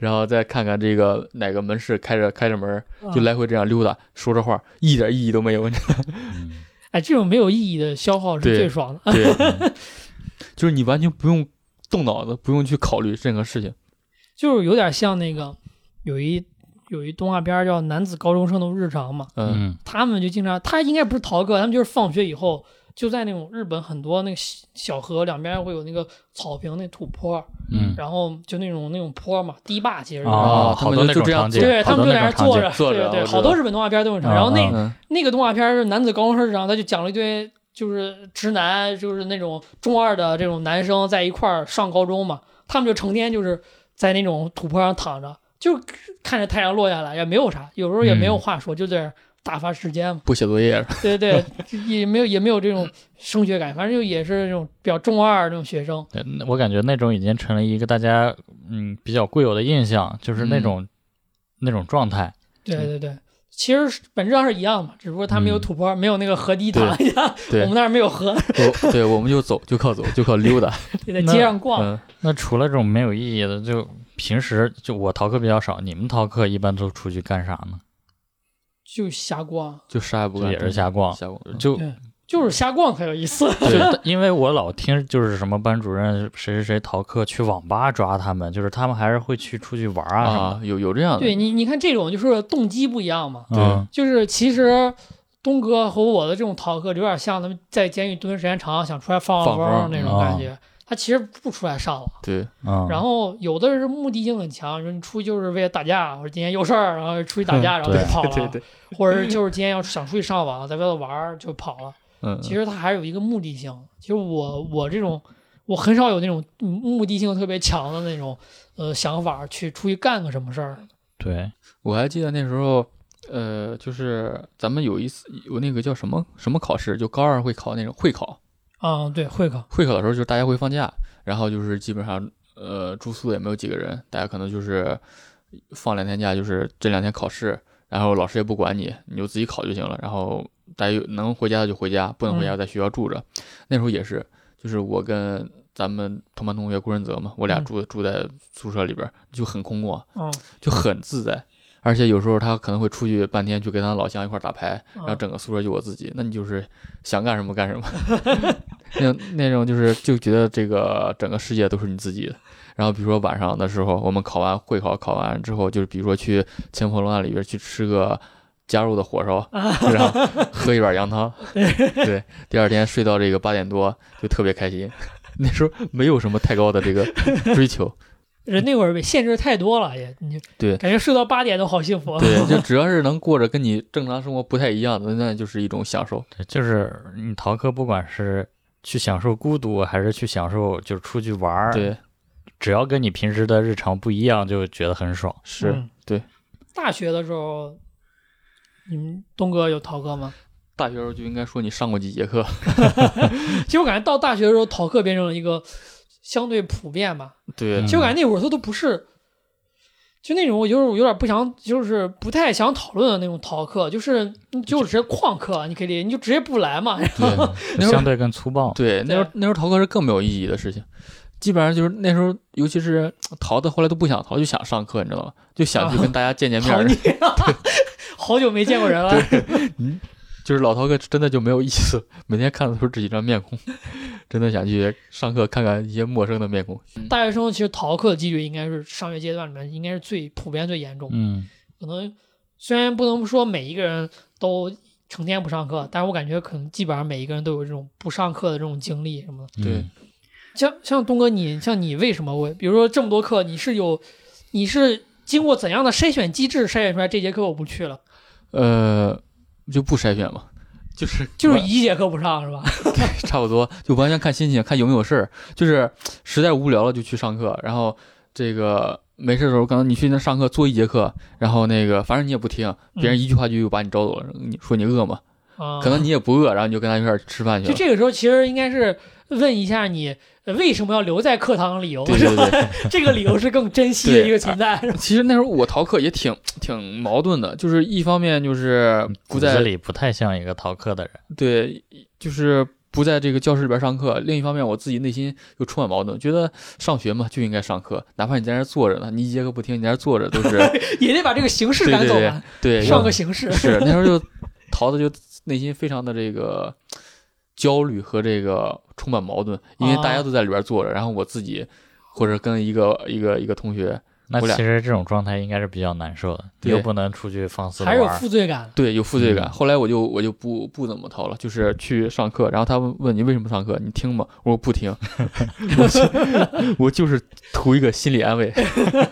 C: 然后再看看这个哪个门市开着开着门，就
A: 啊。
C: 来回这样溜达，说着话，一点意义都没有。
B: 嗯
A: 哎，这种没有意义的消耗是
C: 对
A: 最爽的。
C: 对，嗯就是你完全不用动脑子，不用去考虑任何事情。
A: 就是有点像那个有一有一动画片叫《男子高中生的日常》嘛，
C: 嗯
B: 嗯
A: 他们就经常，他应该不是逃课，他们就是放学以后就在那种日本很多那个小小河两边会有那个草坪那土坡，
B: 嗯，
A: 然后就那种那种坡嘛，堤坝其实是。
B: 啊，
C: 啊
B: 好
C: 他们
B: 多
C: 就
B: 那
C: 就
B: 种
C: 这样
B: 场景，
A: 对
B: 好
A: 他
B: 多
A: 们就在
B: 那
A: 那
B: 种
A: 儿
B: 场
A: 坐
B: 景
A: 着，
C: 坐着
A: 对
C: 我
A: 对，
C: 知
A: 好
C: 道
A: 多日本动画片都是这样。然后那
B: 嗯
C: 嗯
A: 那个动画片儿是男子高中生日常，他就讲了一堆就是直男，就是那种中二的这种男生在一块儿上高中嘛，他们就成天就是在那种土坡上躺着，就看着太阳落下来，也没有啥，有时候也
C: 嗯
A: 没有话说，就在那儿打发时间嘛。
C: 不写作业，
A: 对对，也没有也没有这种升学感，反正就也是那种比较中二那种学生。
B: 对那我感觉那种已经成了一个大家嗯比较固有的印象，就是
C: 嗯
B: 那种、那种状态。
A: 对对对，其实是本质上是一样嘛，只不过他没有土坡，没有那个河堤
C: 嗯对
A: 躺一下，
C: 对
A: 我们那儿没有河，
C: 我对我们就走，就靠走，就靠溜达。
A: 得在街上逛。
C: 嗯
B: 那除了这种没有意义的，就平时就我逃课比较少，你们逃课一般都出去干啥呢？
A: 就瞎逛，
C: 就啥也不
B: 就
C: 干，
B: 也是瞎逛，
C: 瞎逛。嗯
B: 就
A: 对就是瞎逛可有意思。
B: 对，但因为我老听就是什么班主任谁谁谁逃课去网吧抓他们，就是他们还是会去出去玩啊什么
C: 啊，有有这样的，
A: 对你，你看这种就是动机不一样嘛，
B: 的。
C: 啊
B: 嗯
A: 就是其实。东哥和我的这种逃课，有点像他们在监狱蹲时间长，想出来放放
C: 放
A: 风
C: 风啊
A: 那种感觉。他其实不出来上了，
C: 对，
B: 嗯，
A: 然后有的是目的性很强，人出去就是为了打架，或者今天有事儿，然后出去打 架，然后就
B: 对
A: 跑了，
C: 对对，
A: 或者就是今天要想出去上网，在外头玩儿就跑了。
C: 嗯，
A: 其实他还是有一个目的性。其实我我这种我很少有那种嗯目的性特别强的那种呃想法去出去干个什么事儿。
B: 对，
C: 我还记得那时候，呃，就是咱们有一次有那个叫什么什么考试，就高二会考那种会考，
A: 啊、对，会考，
C: 会考的时候就是大家会放假，然后就是基本上呃住宿也没有几个人，大家可能就是放两天假，就是这两天考试，然后老师也不管你，你就自己考就行了。然后大家有能回家的就回家，不能回家
A: 嗯
C: 在学校住着。那时候也是，就是我跟咱们同班同学郭仁泽嘛，我俩
A: 嗯
C: 住、住在宿舍里边儿，就很空旷，
A: 嗯，
C: 就很自在。而且有时候他可能会出去半天去跟他老乡一块儿打牌，然后
A: 嗯
C: 整个宿舍就我自己，那你就是想干什么干什么， 那那种就是就觉得这个整个世界都是你自己的。然后比如说晚上的时候，我们考完会考，考完之后就是比如说去千佛楼那里边去吃个加入的火烧，然后喝一碗羊汤，对，第二天睡到这个八点多就特别开心。 那时候没有什么太高的这个追求，
A: 人那会儿被限制太多了，也你
C: 对
A: 感觉睡到八点都好幸福。
C: 对，就只要是能过着跟你正常生活不太一样的，那就是一种享 受。
B: 对就是你逃课，不管是去享受孤独，还是去享受就是出去玩儿，，
C: 对，
B: 只要跟你平时的日常不一样，就觉得很爽。
C: 是。
A: 嗯
C: 对。
A: 大学的时候，你们东哥有逃课吗？
C: 大学时候就应该说你上过几节课，
A: 其实我感觉到大学的时候，逃课变成了一个相对普遍吧。
C: 对
A: 其实我感觉那会儿他都不是，就那种我就是有点不想，就是不太想讨论的那种逃课，就是你就直接旷课，啊你可以理解，你就直接不来嘛。
C: 对，那时
B: 相
C: 候
B: 对更粗暴。
C: 对那时候那时候逃课是更没有意义的事情，基本上就是那时候，尤其是逃的，后来都不想逃，就想上课，你知道吗？就想去跟大家 见见面
A: 好
C: 儿，
A: 你，啊好久没见过人了。
C: 就是老逃课真的就没有意思， 每天看的都是这几张面孔，真的想去上课看看一些陌生的面孔。
A: 大学生其实逃课的几率应该是上学阶段里面应该是最普遍最严重的，
B: 嗯，
A: 可能虽然不能说每一个人都。成天不上课，但是我感觉可能基本上每一个人都有这种不上课的这种经历什么的。
B: 嗯
C: 对
A: 像像东哥你，像你为什么会，比如说这么多课，你是有，你是经过怎样的筛选机制筛选出来这节课我不去了，
C: 呃，就不筛选嘛，就是
A: 就是
C: 完
A: 一节课不上是吧？
C: 差不多，就完全看心情，看有没有事儿。就是实在无聊了就去上课，然后这个没事的时候，可能你去那上课做一节课，然后那个反正你也不听，别人一句话就又把你招走了，你说你饿吗？
A: 嗯啊、
C: 可能你也不饿，然后你就跟他一块儿吃饭去
A: 就
C: 了。
A: 这个时候其实应该是问一下你呃为什么要留在课堂的理由，
C: 对对对，
A: 这个理由是更珍惜的
C: 对
A: 一个存在。
C: 其实那时候我逃课也挺挺矛盾的，就是一方面就是不
B: 嗯骨子
C: 在
B: 里不太像一个逃课的人。
C: 对，就是不在这个教室里边上课；另一方面，我自己内心又充满矛盾，觉得上学嘛就应该上课，哪怕你在那儿坐着呢，你一节课不听，你在那儿坐着都是
A: 也得把这个形式赶走吧，
C: 对
A: 上个形式。
C: 是那时候就逃的就内心非常的这个焦虑和这个充满矛盾，因为大家都在里边坐着，然后我自己或者跟一个一个一个同学，
B: 那
C: 我俩
B: 其实这种状态应该是比较难受的，你
C: 对
B: 又不能出去放肆地
A: 还是有
B: 玩儿。
A: 负罪感，
C: 对，有负罪感。
B: 嗯
C: 后来我就我就不不怎么逃了，就是去上课，然后他们问你为什么上课，你听吗？我说不听， 我就 我就是图一个心理安慰，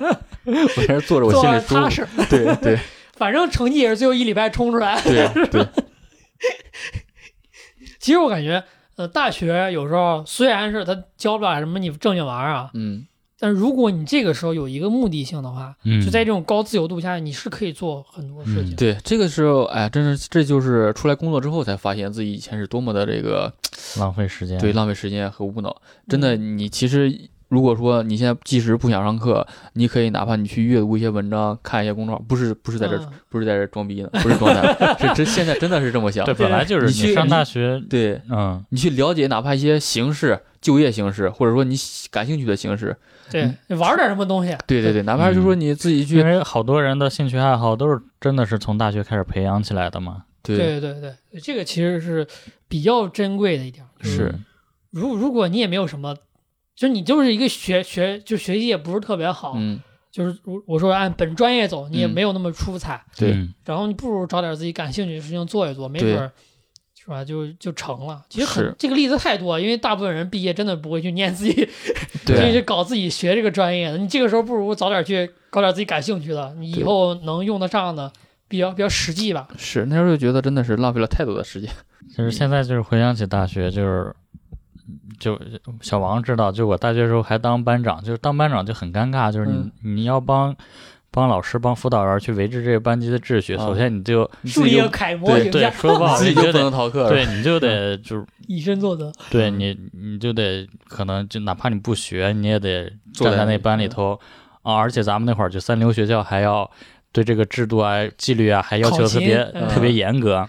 C: 我在这坐着，我
A: 做
C: 心里
A: 完
C: 舒
A: 踏
C: 服。
A: 实，
C: 对对
A: 反正成绩也是最后一礼拜冲出来。
C: 对对，
A: 其实我感觉，呃，大学有时候虽然是他教不了什么你正经玩意儿啊，
C: 嗯，
A: 但如果你这个时候有一个目的性的话，
B: 嗯，
A: 就在这种高自由度下，你是可以做很多事情。
B: 嗯
C: 对，这个时候，哎，真是这就是出来工作之后才发现自己以前是多么的这个
B: 浪费时间。
C: 对，浪费时间和无脑。
A: 嗯
C: 真的，你其实如果说你现在即使不想上课，你可以哪怕你去阅读一些文章，看一些公众号，不是不是在这、
A: 嗯
C: 不是在这装逼呢，不是装蛋，是真现在真的是这么想
B: 对，。本来就是
C: 你去
B: 上大学，
C: 对
B: 嗯，
C: 你去了解哪怕一些形式、就业形式，或者说你喜感兴趣的形式，
A: 对，玩点什么东西。
C: 嗯
A: 啊
C: 对对对，哪怕是说你自己去
B: 因为好多人的兴趣爱好都是真的是从大学开始培养起来的嘛。
C: 对，
A: 对对对，这个其实是比较珍贵的一点。就是
B: 嗯
A: 如如果你也没有什么，就是你就是一个学学就学习也不是特别好，
C: 嗯，
A: 就是如我说按本专业走，你也
C: 嗯
A: 没有那么出彩，
C: 对
B: 嗯
A: 然后你不如找点自己感兴趣的事情做一做，没准儿是吧就就成了。其实很
C: 是
A: 这个例子太多，因为大部分人毕业真的不会去念自己，所以
C: 对
A: 就搞自己学这个专业的。你这个时候不如早点去搞点自己感兴趣的，你以
C: 对
A: 后能用得上的，比较比较实际吧。
C: 是那时候就觉得真的是浪费了太多的时间，
B: 其实现在就是回想起大学，就是就小王知道，就我大学时候还当班长，就是当班长就很尴尬，就是你、
C: 嗯
B: 你要帮帮老师、帮辅导员去维持这个班级的秩序，
C: 啊
B: 首先你就
C: 你自
A: 树
C: 己
A: 立
C: 就
A: 了楷模
B: 对
A: 形
B: 对，
A: 象，
B: 说不好
C: 自
B: 你
C: 己就
B: 就
C: 不能
B: 得
C: 逃课，
B: 对你就得就是
A: 以身作则。
B: 对
C: 嗯
B: 你你就得可能就哪怕你不学，你也得
C: 坐
B: 站
C: 在
B: 在
C: 那
B: 那
C: 里
B: 班里
C: 嗯
B: 头啊，而且咱们那会儿就三流学校还要对这个制度啊、纪律啊还要
A: 考
B: 求特
A: 勤
B: 别、
A: 嗯
B: 特别严格，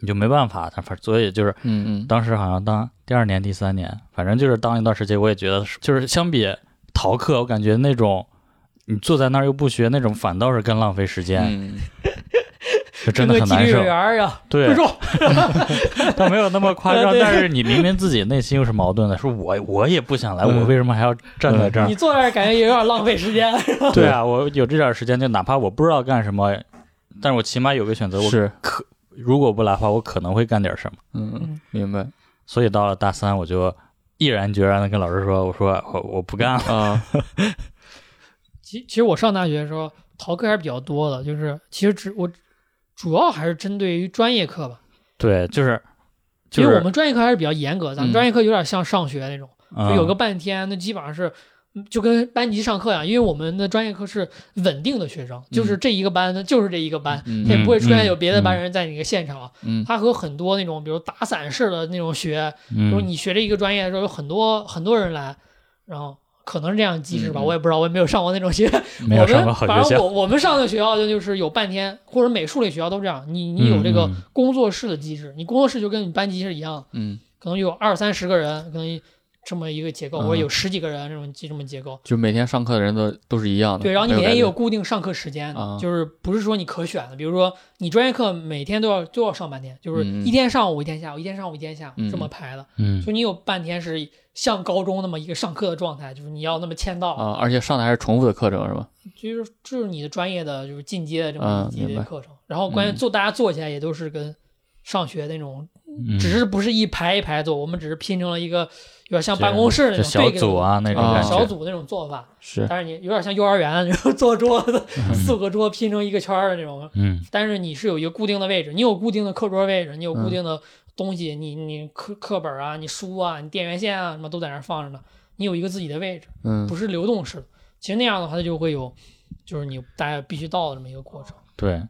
B: 你就没办法，他反所以就是。
C: 嗯嗯，
B: 当时好像当第二年、第三年，反正就是当一段时间，我也觉得是，就是相比逃课，我感觉那种你坐在那儿又不学那种，反倒是更浪费时间，
C: 嗯，
B: 就真的
A: 跟
B: 很
A: 个纪
B: 难
A: 律
B: 受
A: 委。员儿啊，不
B: 对，
A: 说
B: 倒没有那么 夸
A: 啊
B: 张，
A: 对
B: 但是你明明自己内心又是矛盾的，说我我也不想来，
C: 嗯
B: 我为什么还要站在这儿
A: 你？坐那儿感觉有点浪费时间。
B: 嗯对啊，我有这点时间，就哪怕我不知道干什么，但是我起码有个选择。我
C: 是，
B: 如果不来的话，我可能会干点什么。
C: 嗯
A: 嗯，
C: 明白
B: 所以到了大三，我就毅然决然的跟老师说：“我说我我不干了。”
C: 啊，
A: 其其实我上大学的时候逃课还是比较多的，就是其实只我主要还是针对于专业课吧，
B: 对，就是就
A: 因为我
B: 是
A: 们专业课还是比较严格，咱
C: 嗯
A: 们专业课有点像上学那种，
B: 嗯
A: 就有个半天，那基本上是。嗯就跟班级上课一样，因为我们的专业课是稳定的学生，就是这一个班，那就是这一个班，
C: 嗯
A: 他也不会出现
B: 嗯
A: 有别的班
B: 嗯
A: 人在你的现场。
C: 嗯
A: 他和很多那种，比如打散式的那种学，就是
B: 嗯
A: 你学这一个专业的时候，有很多很多人来，然后可能是这样机制吧，
C: 嗯嗯
A: 我也不知道，我也没有上过那种学。
B: 没有上过好
A: 我们
B: 学
A: 反正
B: 校，
A: 我我们上的学校就就是有半天，或者美术类学校都这样，你你有这个
B: 嗯嗯
A: 工作室的机制，你工作室就跟你班级是一样的，
C: 嗯，
A: 可能有二三十个人，可能这么一个结构，
C: 嗯
A: 或者有十几个人这种这么结构。
C: 就每天上课的人都都是一样的，
A: 对，然后你每
C: 没
A: 天也
C: 有
A: 有
C: 改
A: 固定上课时间
C: 啊
A: 的，就是不是说你可选的，比如说你专业课每天都要都要上半天，就是
C: 嗯嗯
A: 一天上午一天下午，一天上午一天下午
C: 嗯嗯
A: 这么排的，
B: 嗯
A: 就你有半天是像高中那么一个上课的状态，就是你要那么签到
C: 变啊，而且上的还是重复的课程是吧？
A: 就是就是你的专业的就是进阶的这么一
C: 嗯
A: 级
C: 明
A: 的
C: 白
A: 课程，然后关键
C: 嗯
A: 做大家做起来也都是跟上学那种，
B: 嗯
A: 只是不是一排一排做，我们只是拼成了一个有点像
B: 这
A: 办公室那
B: 就
A: 种
B: 小
A: 对
B: 组啊那种
A: 对
B: 感
C: 啊
A: 小
B: 觉，
A: 组那种做法，
C: 是，
A: 但是你有点像幼儿 园，然后坐桌子四个桌拼成一个圈儿的那种，
B: 嗯
A: 但是你是有一个固定的位置，你有固定的课桌位置，你有固定的东西，你你课课本啊，你书啊，你电源线啊什么都在那儿放着呢，你有一个自己的位置。
C: 嗯
A: 不，是流动式的。其实那样的话，它就会有，就是你大家必须到的这么一个过程。
B: 对，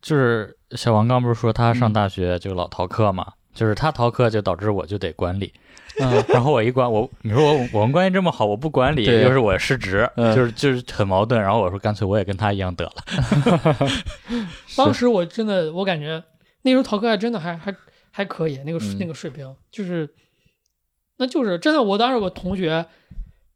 B: 就是小王刚不是说他上
A: 嗯
B: 大学就老逃课嘛，就是他逃课就导致我就得管理，
C: 嗯
B: 然后我一管我，你说我我们关系这么好，我不管理，
C: 对
B: 又是我失职，
C: 嗯
B: 就是就是很矛盾。然后我说干脆我也跟他一样得了，
A: 当时我真的，我感觉那时候逃课还真的还还还可以，那个、
C: 嗯
A: 那个水平就是，那就是真的。我当时有个同学，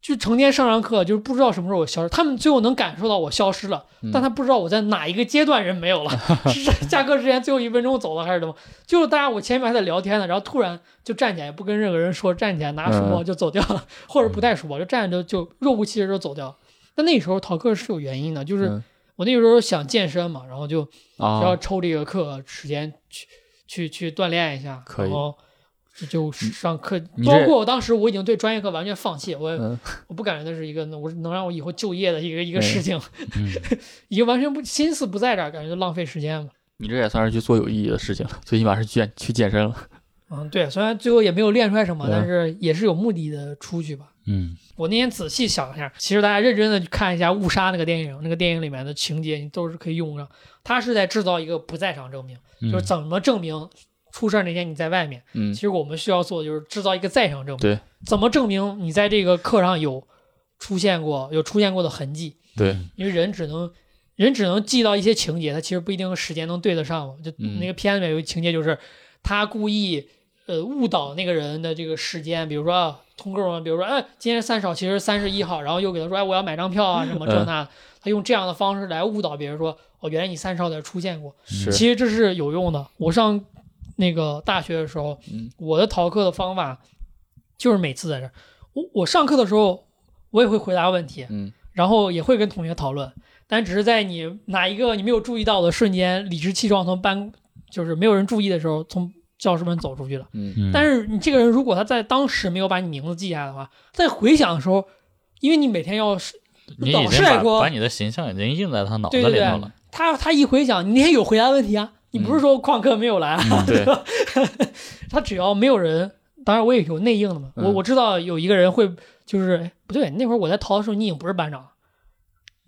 A: 就成天上上课，就是不知道什么时候我消失。他们最后能感受到我消失了，
C: 嗯
A: 但他不知道我在哪一个阶段人没有了，是下课之前最后一分钟走了还是怎么？就是大家我前面还在聊天呢，然后突然就站起来，不跟任何人说，站起来拿
C: 嗯
A: 书包就走掉了，或者不带书包就站着就就若无其事就走掉了。但那时候逃课是有原因的，就是
C: 嗯
A: 我那时候想健身嘛，然后就只要
C: 啊，
A: 抽这个课时间去去去锻炼一下，
C: 可以
A: 然后就就上课。
C: 你
A: 包
C: 这
A: 括我当时我已经对专业课完全放弃，我也
C: 嗯
A: 我不感觉那是一个能我能让我以后就业的一个一个
C: 嗯
A: 事情，
B: 嗯，
A: 已经完全不心思不在这儿，感觉就浪费时间了。
C: 你这也算是去做有意义的事情了，最起码是去健去健身了，
A: 嗯，对，虽然最后也没有练出来什么，
C: 嗯
A: 但是也是有目的的出去吧。
B: 嗯
A: 我那天仔细想一下，其实大家认真的去看一下《误杀》那个电影，那个电影里面的情节你都是可以用上。他是在制造一个不在场证明，
B: 嗯
A: 就是怎么证明出事儿那天你在外面。
C: 嗯
A: 其实我们需要做的就是制造一个在场证明。
C: 对，
A: 怎么证明你在这个课上有出现过有出现过的痕迹？
C: 对，
A: 因为人只能人只能记到一些情节，他其实不一定时间能对得上嘛。就
C: 嗯
A: 那个片子里面有个情节，就是他故意呃误导那个人的这个时间，比如说
C: 嗯
A: 啊，通告嘛，比如说哎今天是三十号，其实是三十一号，然后又给他说哎我要买张票啊什么这那，他用这样的方式来误导别人说，哦，原来你三十号在出现过，
C: 是
A: 其实这是有用的。我上那个大学的时候，
C: 嗯
A: 我的逃课的方法就是每次在这儿，我我上课的时候我也会回答问题，
C: 嗯
A: 然后也会跟同学讨论，但只是在你哪一个你没有注意到的瞬间，理直气壮从班就是没有人注意的时候从教室门走出去了。
C: 嗯
B: 嗯，
A: 但
B: 是
A: 是你这个人如果他在当时没有把你名字记下来的话，在回想的时候，因为你每天要是
B: 你
A: 老
B: 已
A: 师
B: 经
A: 来
B: 把
A: 过
B: 把你的形象已经印在他脑子
A: 对
B: 里
A: 对对
B: 头了。
A: 他他一回想，你那天有回答问题啊，你不是说旷课没有来啊？
B: 嗯
C: 对
A: 他只要没有人，当然我也有内应的嘛，我
C: 嗯
A: 我知道有一个人会就是哎不对，那会儿我在逃的时候你已经不是班长了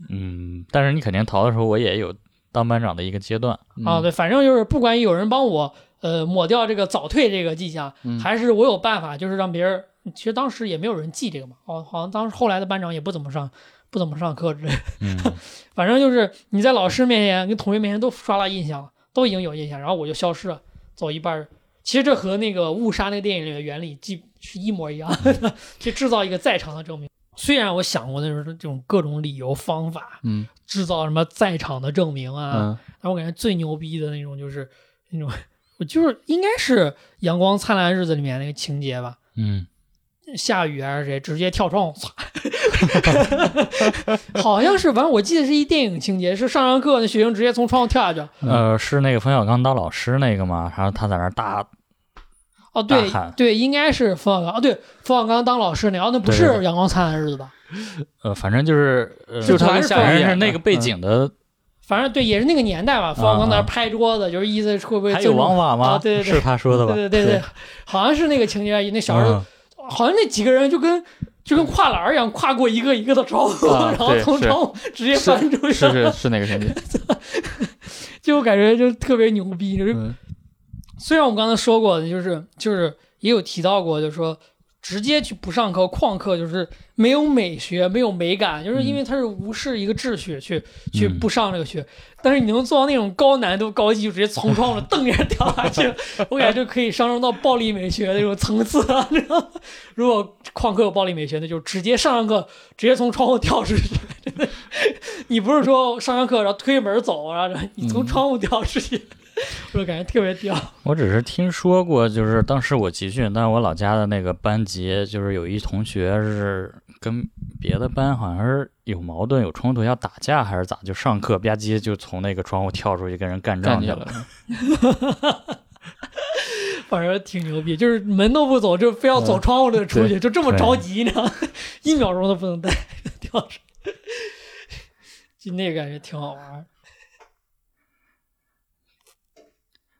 B: 嗯，但是你肯定逃的时候，我也有当班长的一个阶段。
C: 嗯
A: 啊，对，反正就是不管有人帮我呃抹掉这个早退这个迹象，
C: 嗯
A: 还是我有办法，就是让别人。其实当时也没有人记这个嘛，哦，好像当时后来的班长也不怎么上，不怎么上课之类的。
B: 嗯，
A: 反正就是你在老师面前、跟同学面前都刷了印象了，都已经有印象，然后我就消失了，走一半儿。其实这和那个误杀那个电影里的原理既是一模一样的， 去制造一个在场的证明。虽然我想过那种这种各种理由方法，
C: 嗯
A: 制造什么在场的证明啊，
C: 嗯
A: 但我感觉最牛逼的那种就是那种， 我就是应该是《阳光灿烂的日子》里面那个情节吧，
B: 嗯，
A: 下雨还是谁直接跳窗户，唰 好像是，反正我记得是一电影情节，是上上课那学生直接从窗户跳下去。
B: 呃，是那个冯小刚当老师那个嘛，然后他在那儿大，
A: 哦，对
B: 大喊
A: 对，应该是冯小刚。哦，对，冯小刚当老师那，哦，那不是
B: 对对
A: 《阳光灿烂的日子》吧？
B: 呃，反正就是，呃、
C: 就是他
A: 还
C: 跟
A: 是
C: 夏
B: 反
C: 雨
B: 正是
C: 演
B: 那
C: 的
B: 个背
C: 嗯
B: 景的，
A: 反正对，也是那个年代吧。冯小刚在那
B: 嗯嗯
A: 拍桌子，就是意思是会不会
B: 还有
A: 尊重
B: 王法吗？
A: 啊对对对
B: 是他说的吧？嗯
A: 对对对对，好像是那个情节。那小时候，好像那几个人就跟就跟跨栏儿一样，跨过一个一个的窗户，
C: 啊
A: 然后
C: 对
A: 从
C: 是
A: 窗户直接翻出去了，
C: 是是是那个情节，
A: 就感觉就特别牛逼，就是
C: 嗯
A: 虽然我们刚才说过的，就是就是也有提到过，就是说直接去不上课旷课，就是没有美学，没有美感，就是因为它是无视一个秩序去、去不上这个学。但是你能做到那种高难度高技，就直接从窗户瞪着掉下去，我感觉就可以上升到暴力美学那种层次了。你知道吗如果旷课有暴力美学，那就直接上上课，直接从窗户跳出去。 你不是说上上课然后推门走，然后你从
C: 嗯
A: 窗户掉出去， 我就感觉特别屌。
B: 我只是听说过，就是当时我集训，但是我老家的那个班级，就是有一同学是跟别的班好像是有矛盾、有冲突，要打架还是咋，就上课吧唧就从那个窗户跳出去跟人干仗
C: 干起
B: 去
C: 来了。
A: 反正挺牛逼，就是门都不走，就非要走窗户里出去，就这么着急呢， 一秒钟都不能待，掉水，就那个感觉挺好玩儿。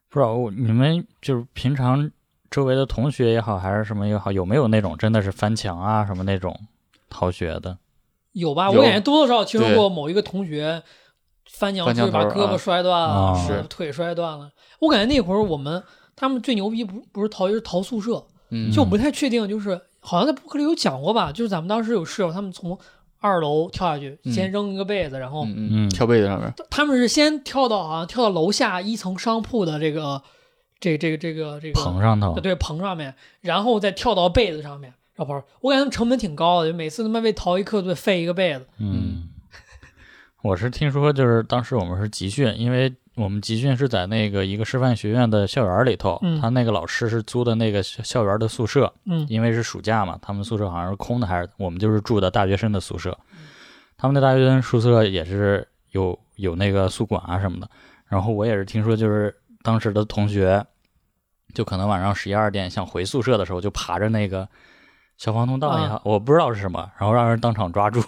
B: 不知道我你们就是平常周围的同学也好，还是什么也好，有没有那种真的是翻墙啊什么那种逃学的？
A: 有吧？
C: 有
A: 我感觉多多少少听说过某一个同学翻墙
C: 翻
A: 出
C: 墙
A: 去把
C: 头
A: 胳膊
C: 啊
A: 摔断了，
B: 啊
A: 把
C: 是
A: 腿摔断了。我感觉那会儿我们他们最牛逼不不是逃学是逃宿舍，
C: 嗯，
A: 就我不太确定，就是好像在播客里有讲过吧？就是咱们当时有室友，他们从二楼跳下去，
C: 嗯
A: 先扔一个被子，然后
C: 嗯嗯，跳被子上面，
A: 他们是先跳到好像跳到楼下一层商铺的这个这这个这个这个
B: 棚上头，
A: 对棚上面，然后再跳到被子上面。然后跑我感觉他们成本挺高的，就每次他妈被逃一课都得费一个被子。
B: 嗯，我是听说，就是当时我们是集训，因为我们集训是在那个一个师范学院的校园里头，
A: 嗯
B: 他那个老师是租的那个校校园的宿舍，
A: 嗯
B: 因为是暑假嘛，他们宿舍好像是空的，还是我们就是住的大学生的宿舍，他们的大学生宿舍也是有有那个宿管啊什么的，然后我也是听说，就是当时的同学，就可能晚上十一二点想回宿舍的时候，就爬着那个消防通道也好，我不知道是什么，然后让人当场抓住。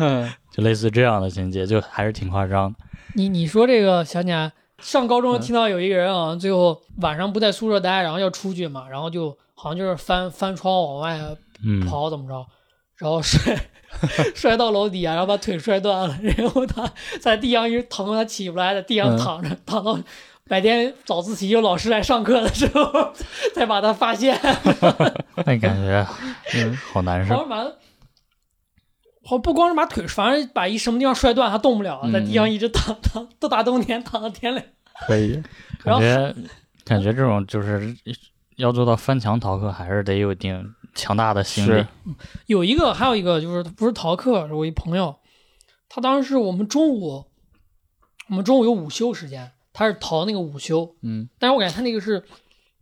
C: 嗯
B: 就类似这样的情节，就还是挺夸张的。
A: 你你说这个想起来，上高中
C: 嗯
A: 听到有一个人好像最后晚上不在宿舍待，然后要出去嘛，然后就好像就是翻翻窗往外
B: 嗯，
A: 跑怎么着，然后摔 摔到楼底下，然后把腿摔断了，然后他在地上一直疼，他起不来，在地上
C: 嗯
A: 躺着，躺到白天早自习有老师来上课的时候， 才把他发现，
B: 那感觉
C: 嗯
B: 好难
A: 好
B: 受。
A: 像把他。好，不光是把腿，反正把一什么地方摔断，他动不了，在地上一直躺躺，都大冬天躺到天亮。
C: 可以，
A: 然
B: 感
A: 后
B: 觉感觉这种就是要做到翻墙逃课，还是得有一定强大的心理
C: 是。
A: 有一个，还有一个就是不是逃课，是我一朋友，他当时是我们中午，我们中午有午休时间，他是逃那个午休，
C: 嗯
A: 但是我感觉他那个是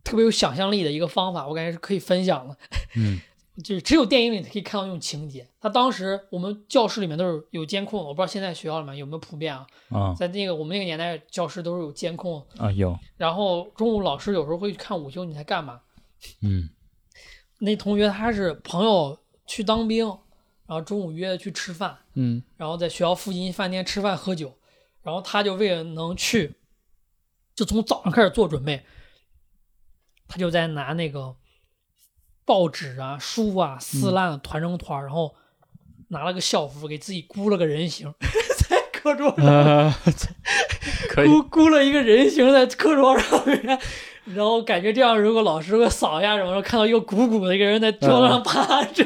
A: 特别有想象力的一个方法，我感觉是可以分享的，
B: 嗯
A: 就是只有电影里才可以看到那种情节。他当时我们教室里面都是有监控的，我不知道现在学校里面有没有普遍啊，
B: 啊
A: 在那个我们那个年代教室都是有监控的，
B: 啊有，
A: 然后中午老师有时候会看午休你在干嘛，
B: 嗯
A: 那同学他是朋友去当兵，然后中午约去吃饭，
C: 嗯
A: 然后在学校附近饭店吃饭喝酒，然后他就为了能去，就从早上开始做准备，他就在拿那个报纸啊、书啊撕烂了团成团儿，然后拿了个校服给自己箍了个人形， 在课桌上
C: 啊，
B: 哎
C: 可以，
A: 箍箍了一个人形在课桌上 面，然后感觉这样，如果老师会扫一下什么，然后看到一个鼓鼓的一个人在桌
B: 嗯
A: 上趴着，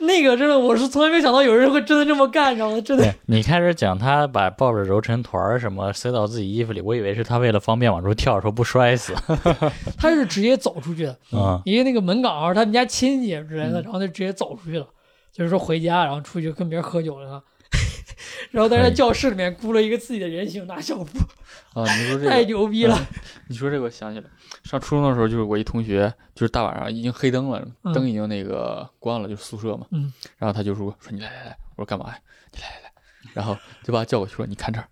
A: 那个真的我是从来没想到有人会真的这么干，你知道吗？真的
B: 对你开始讲他把报纸揉成团儿什么塞到自己衣服里，我以为是他为了方便往出跳，说不摔 死。
A: 他是直接走出去的，
B: 嗯
A: 因为那个门岗儿他们家亲戚之类的，然后他直接走出去了，就是说回家，然后出去跟别人喝酒 了。啊然后他在
B: 可以
A: 教室里面箍了一个自己的人形拿校服，
C: 啊，你说这
A: 太
C: 个，
A: 牛逼了！
C: 你说这个，我想起来，上初中的时候，就是我一同学，就是大晚上已经黑灯了，
A: 嗯
C: 灯已经那个关了，就是宿舍嘛，
A: 嗯，
C: 然后他就说说你来来来，我说干嘛呀？你来来来，然后就把他叫过去说你看这儿，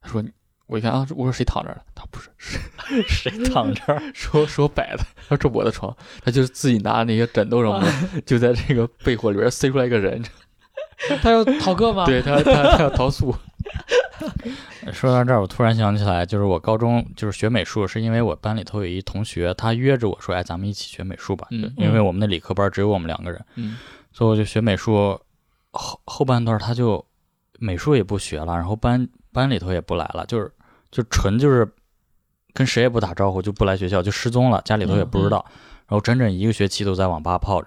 C: 他说你我一看啊，我说谁躺这儿了？他说不是，是
B: 谁躺这儿？
C: 说说摆的，他说这我的床，他就自己拿那些枕头什么
A: 啊
C: 的，就在这个被窝里边塞出来一个人，
B: 嗯
A: 他要逃课吗？
C: 对他他他要 逃宿，
B: 说到这儿，我突然想起来，就是我高中就是学美术，是因为我班里头有一同学，他约着我说，哎，咱们一起学美术吧，
C: 嗯
B: 因为我们的理科班只有我们两个人，
C: 嗯
B: 所以我就学美术。后后半段他就美术也不学了，然后班班里头也不来了，就是就纯就是跟谁也不打招呼，就不来学校，就失踪了，家里头也不知道。然后整整一个学期都在网吧泡着，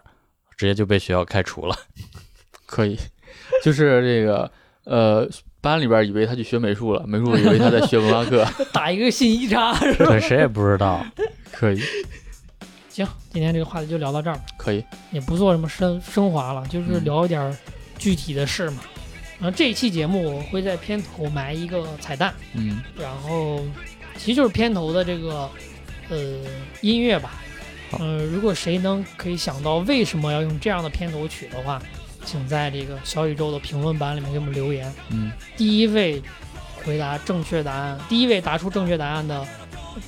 B: 直接就被学校开除了。
C: 可以，就是这个呃。班里边以为他去学美术了，美术以为他在学文化课，
A: 打一个信息差。
B: 对，谁也不知道。
C: 可以，
A: 行，今天这个话题就聊到这儿吧。
C: 可以，
A: 也不做什么升升华了，就是聊一点儿具体的事嘛。然后这一期节目我会在片头埋一个彩蛋，
C: 嗯
A: 然后其实就是片头的这个呃音乐吧。
C: 好
A: 嗯、如果谁能可以想到为什么要用这样的片头曲的话，请在这个小宇宙的评论板里面给我们留言。
C: 嗯，
A: 第一位回答正确答案，第一位答出正确答案的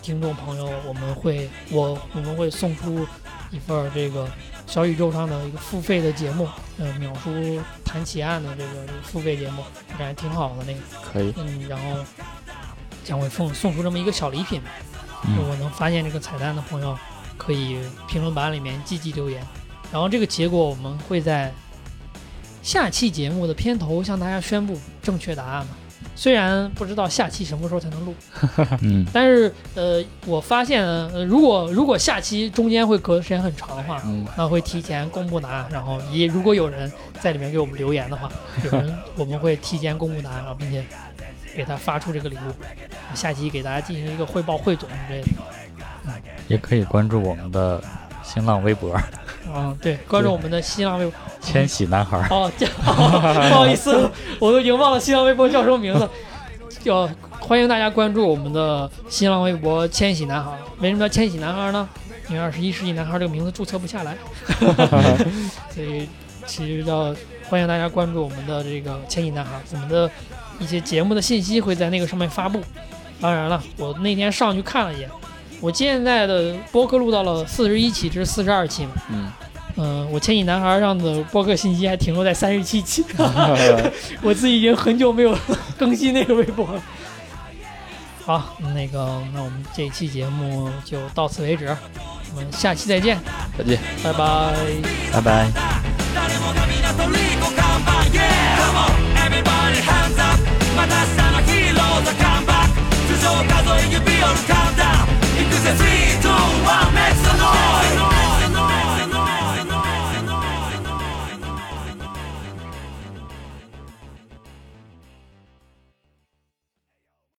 A: 听众朋友，我们会我我们会送出一份儿这个小宇宙上的一个付费的节目，呃，秒叔谈奇案的这个付费节目，我感觉挺好的那个，
C: 可以，
A: 嗯，然后将会送送出这么一个小礼品，如
B: 嗯
A: 果能发现这个彩蛋的朋友，可以评论板里面积极留言，然后这个结果我们会在下期节目的片头向大家宣布正确答案嘛。虽然不知道下期什么时候才能录，
B: 嗯，
A: 但是呃，我发现，呃、如果如果下期中间会隔的时间很长的话，
C: 嗯，
A: 那会提前公布答案，然后也如果有人在里面给我们留言的话，有人我们会提前公布答案，然后并且给他发出这个礼物，下期给大家进行一个汇报汇总之类的。
B: 也可以关注我们的新浪微博“
A: 嗯，对，关注我们的新浪微博。
B: 千禧男孩儿
A: 哦，叫不好意思，我都已经忘了新浪微博叫什么名字。叫欢迎大家关注我们的新浪微博“千禧男孩”。为什么叫“千禧男孩”呢？因为二十一世纪男孩这个名字注册不下来， 所以其实叫欢迎大家关注我们的这个“千禧男孩”。我们的一些节目的信息会在那个上面发布。当然了，我那天上去看了一眼，我现在的播客录到了四十一期，这是四十二期嘛。
C: 嗯，
A: 嗯，我《千禧男孩》上的播客信息还停留在三十七期， 我自己已经很久没有 更新那个微博了。好，那个，那我们这一期节目就到此为止，我们下期再见，
C: 再见。
A: 拜拜。”，
B: 拜拜。
D: 誰もが皆とリコ看板 Yeah! Come on! Everybody hands up! また明日のヒーローズ come back! 頭上数え指折るカウンター行くぜ 3, 2, 1!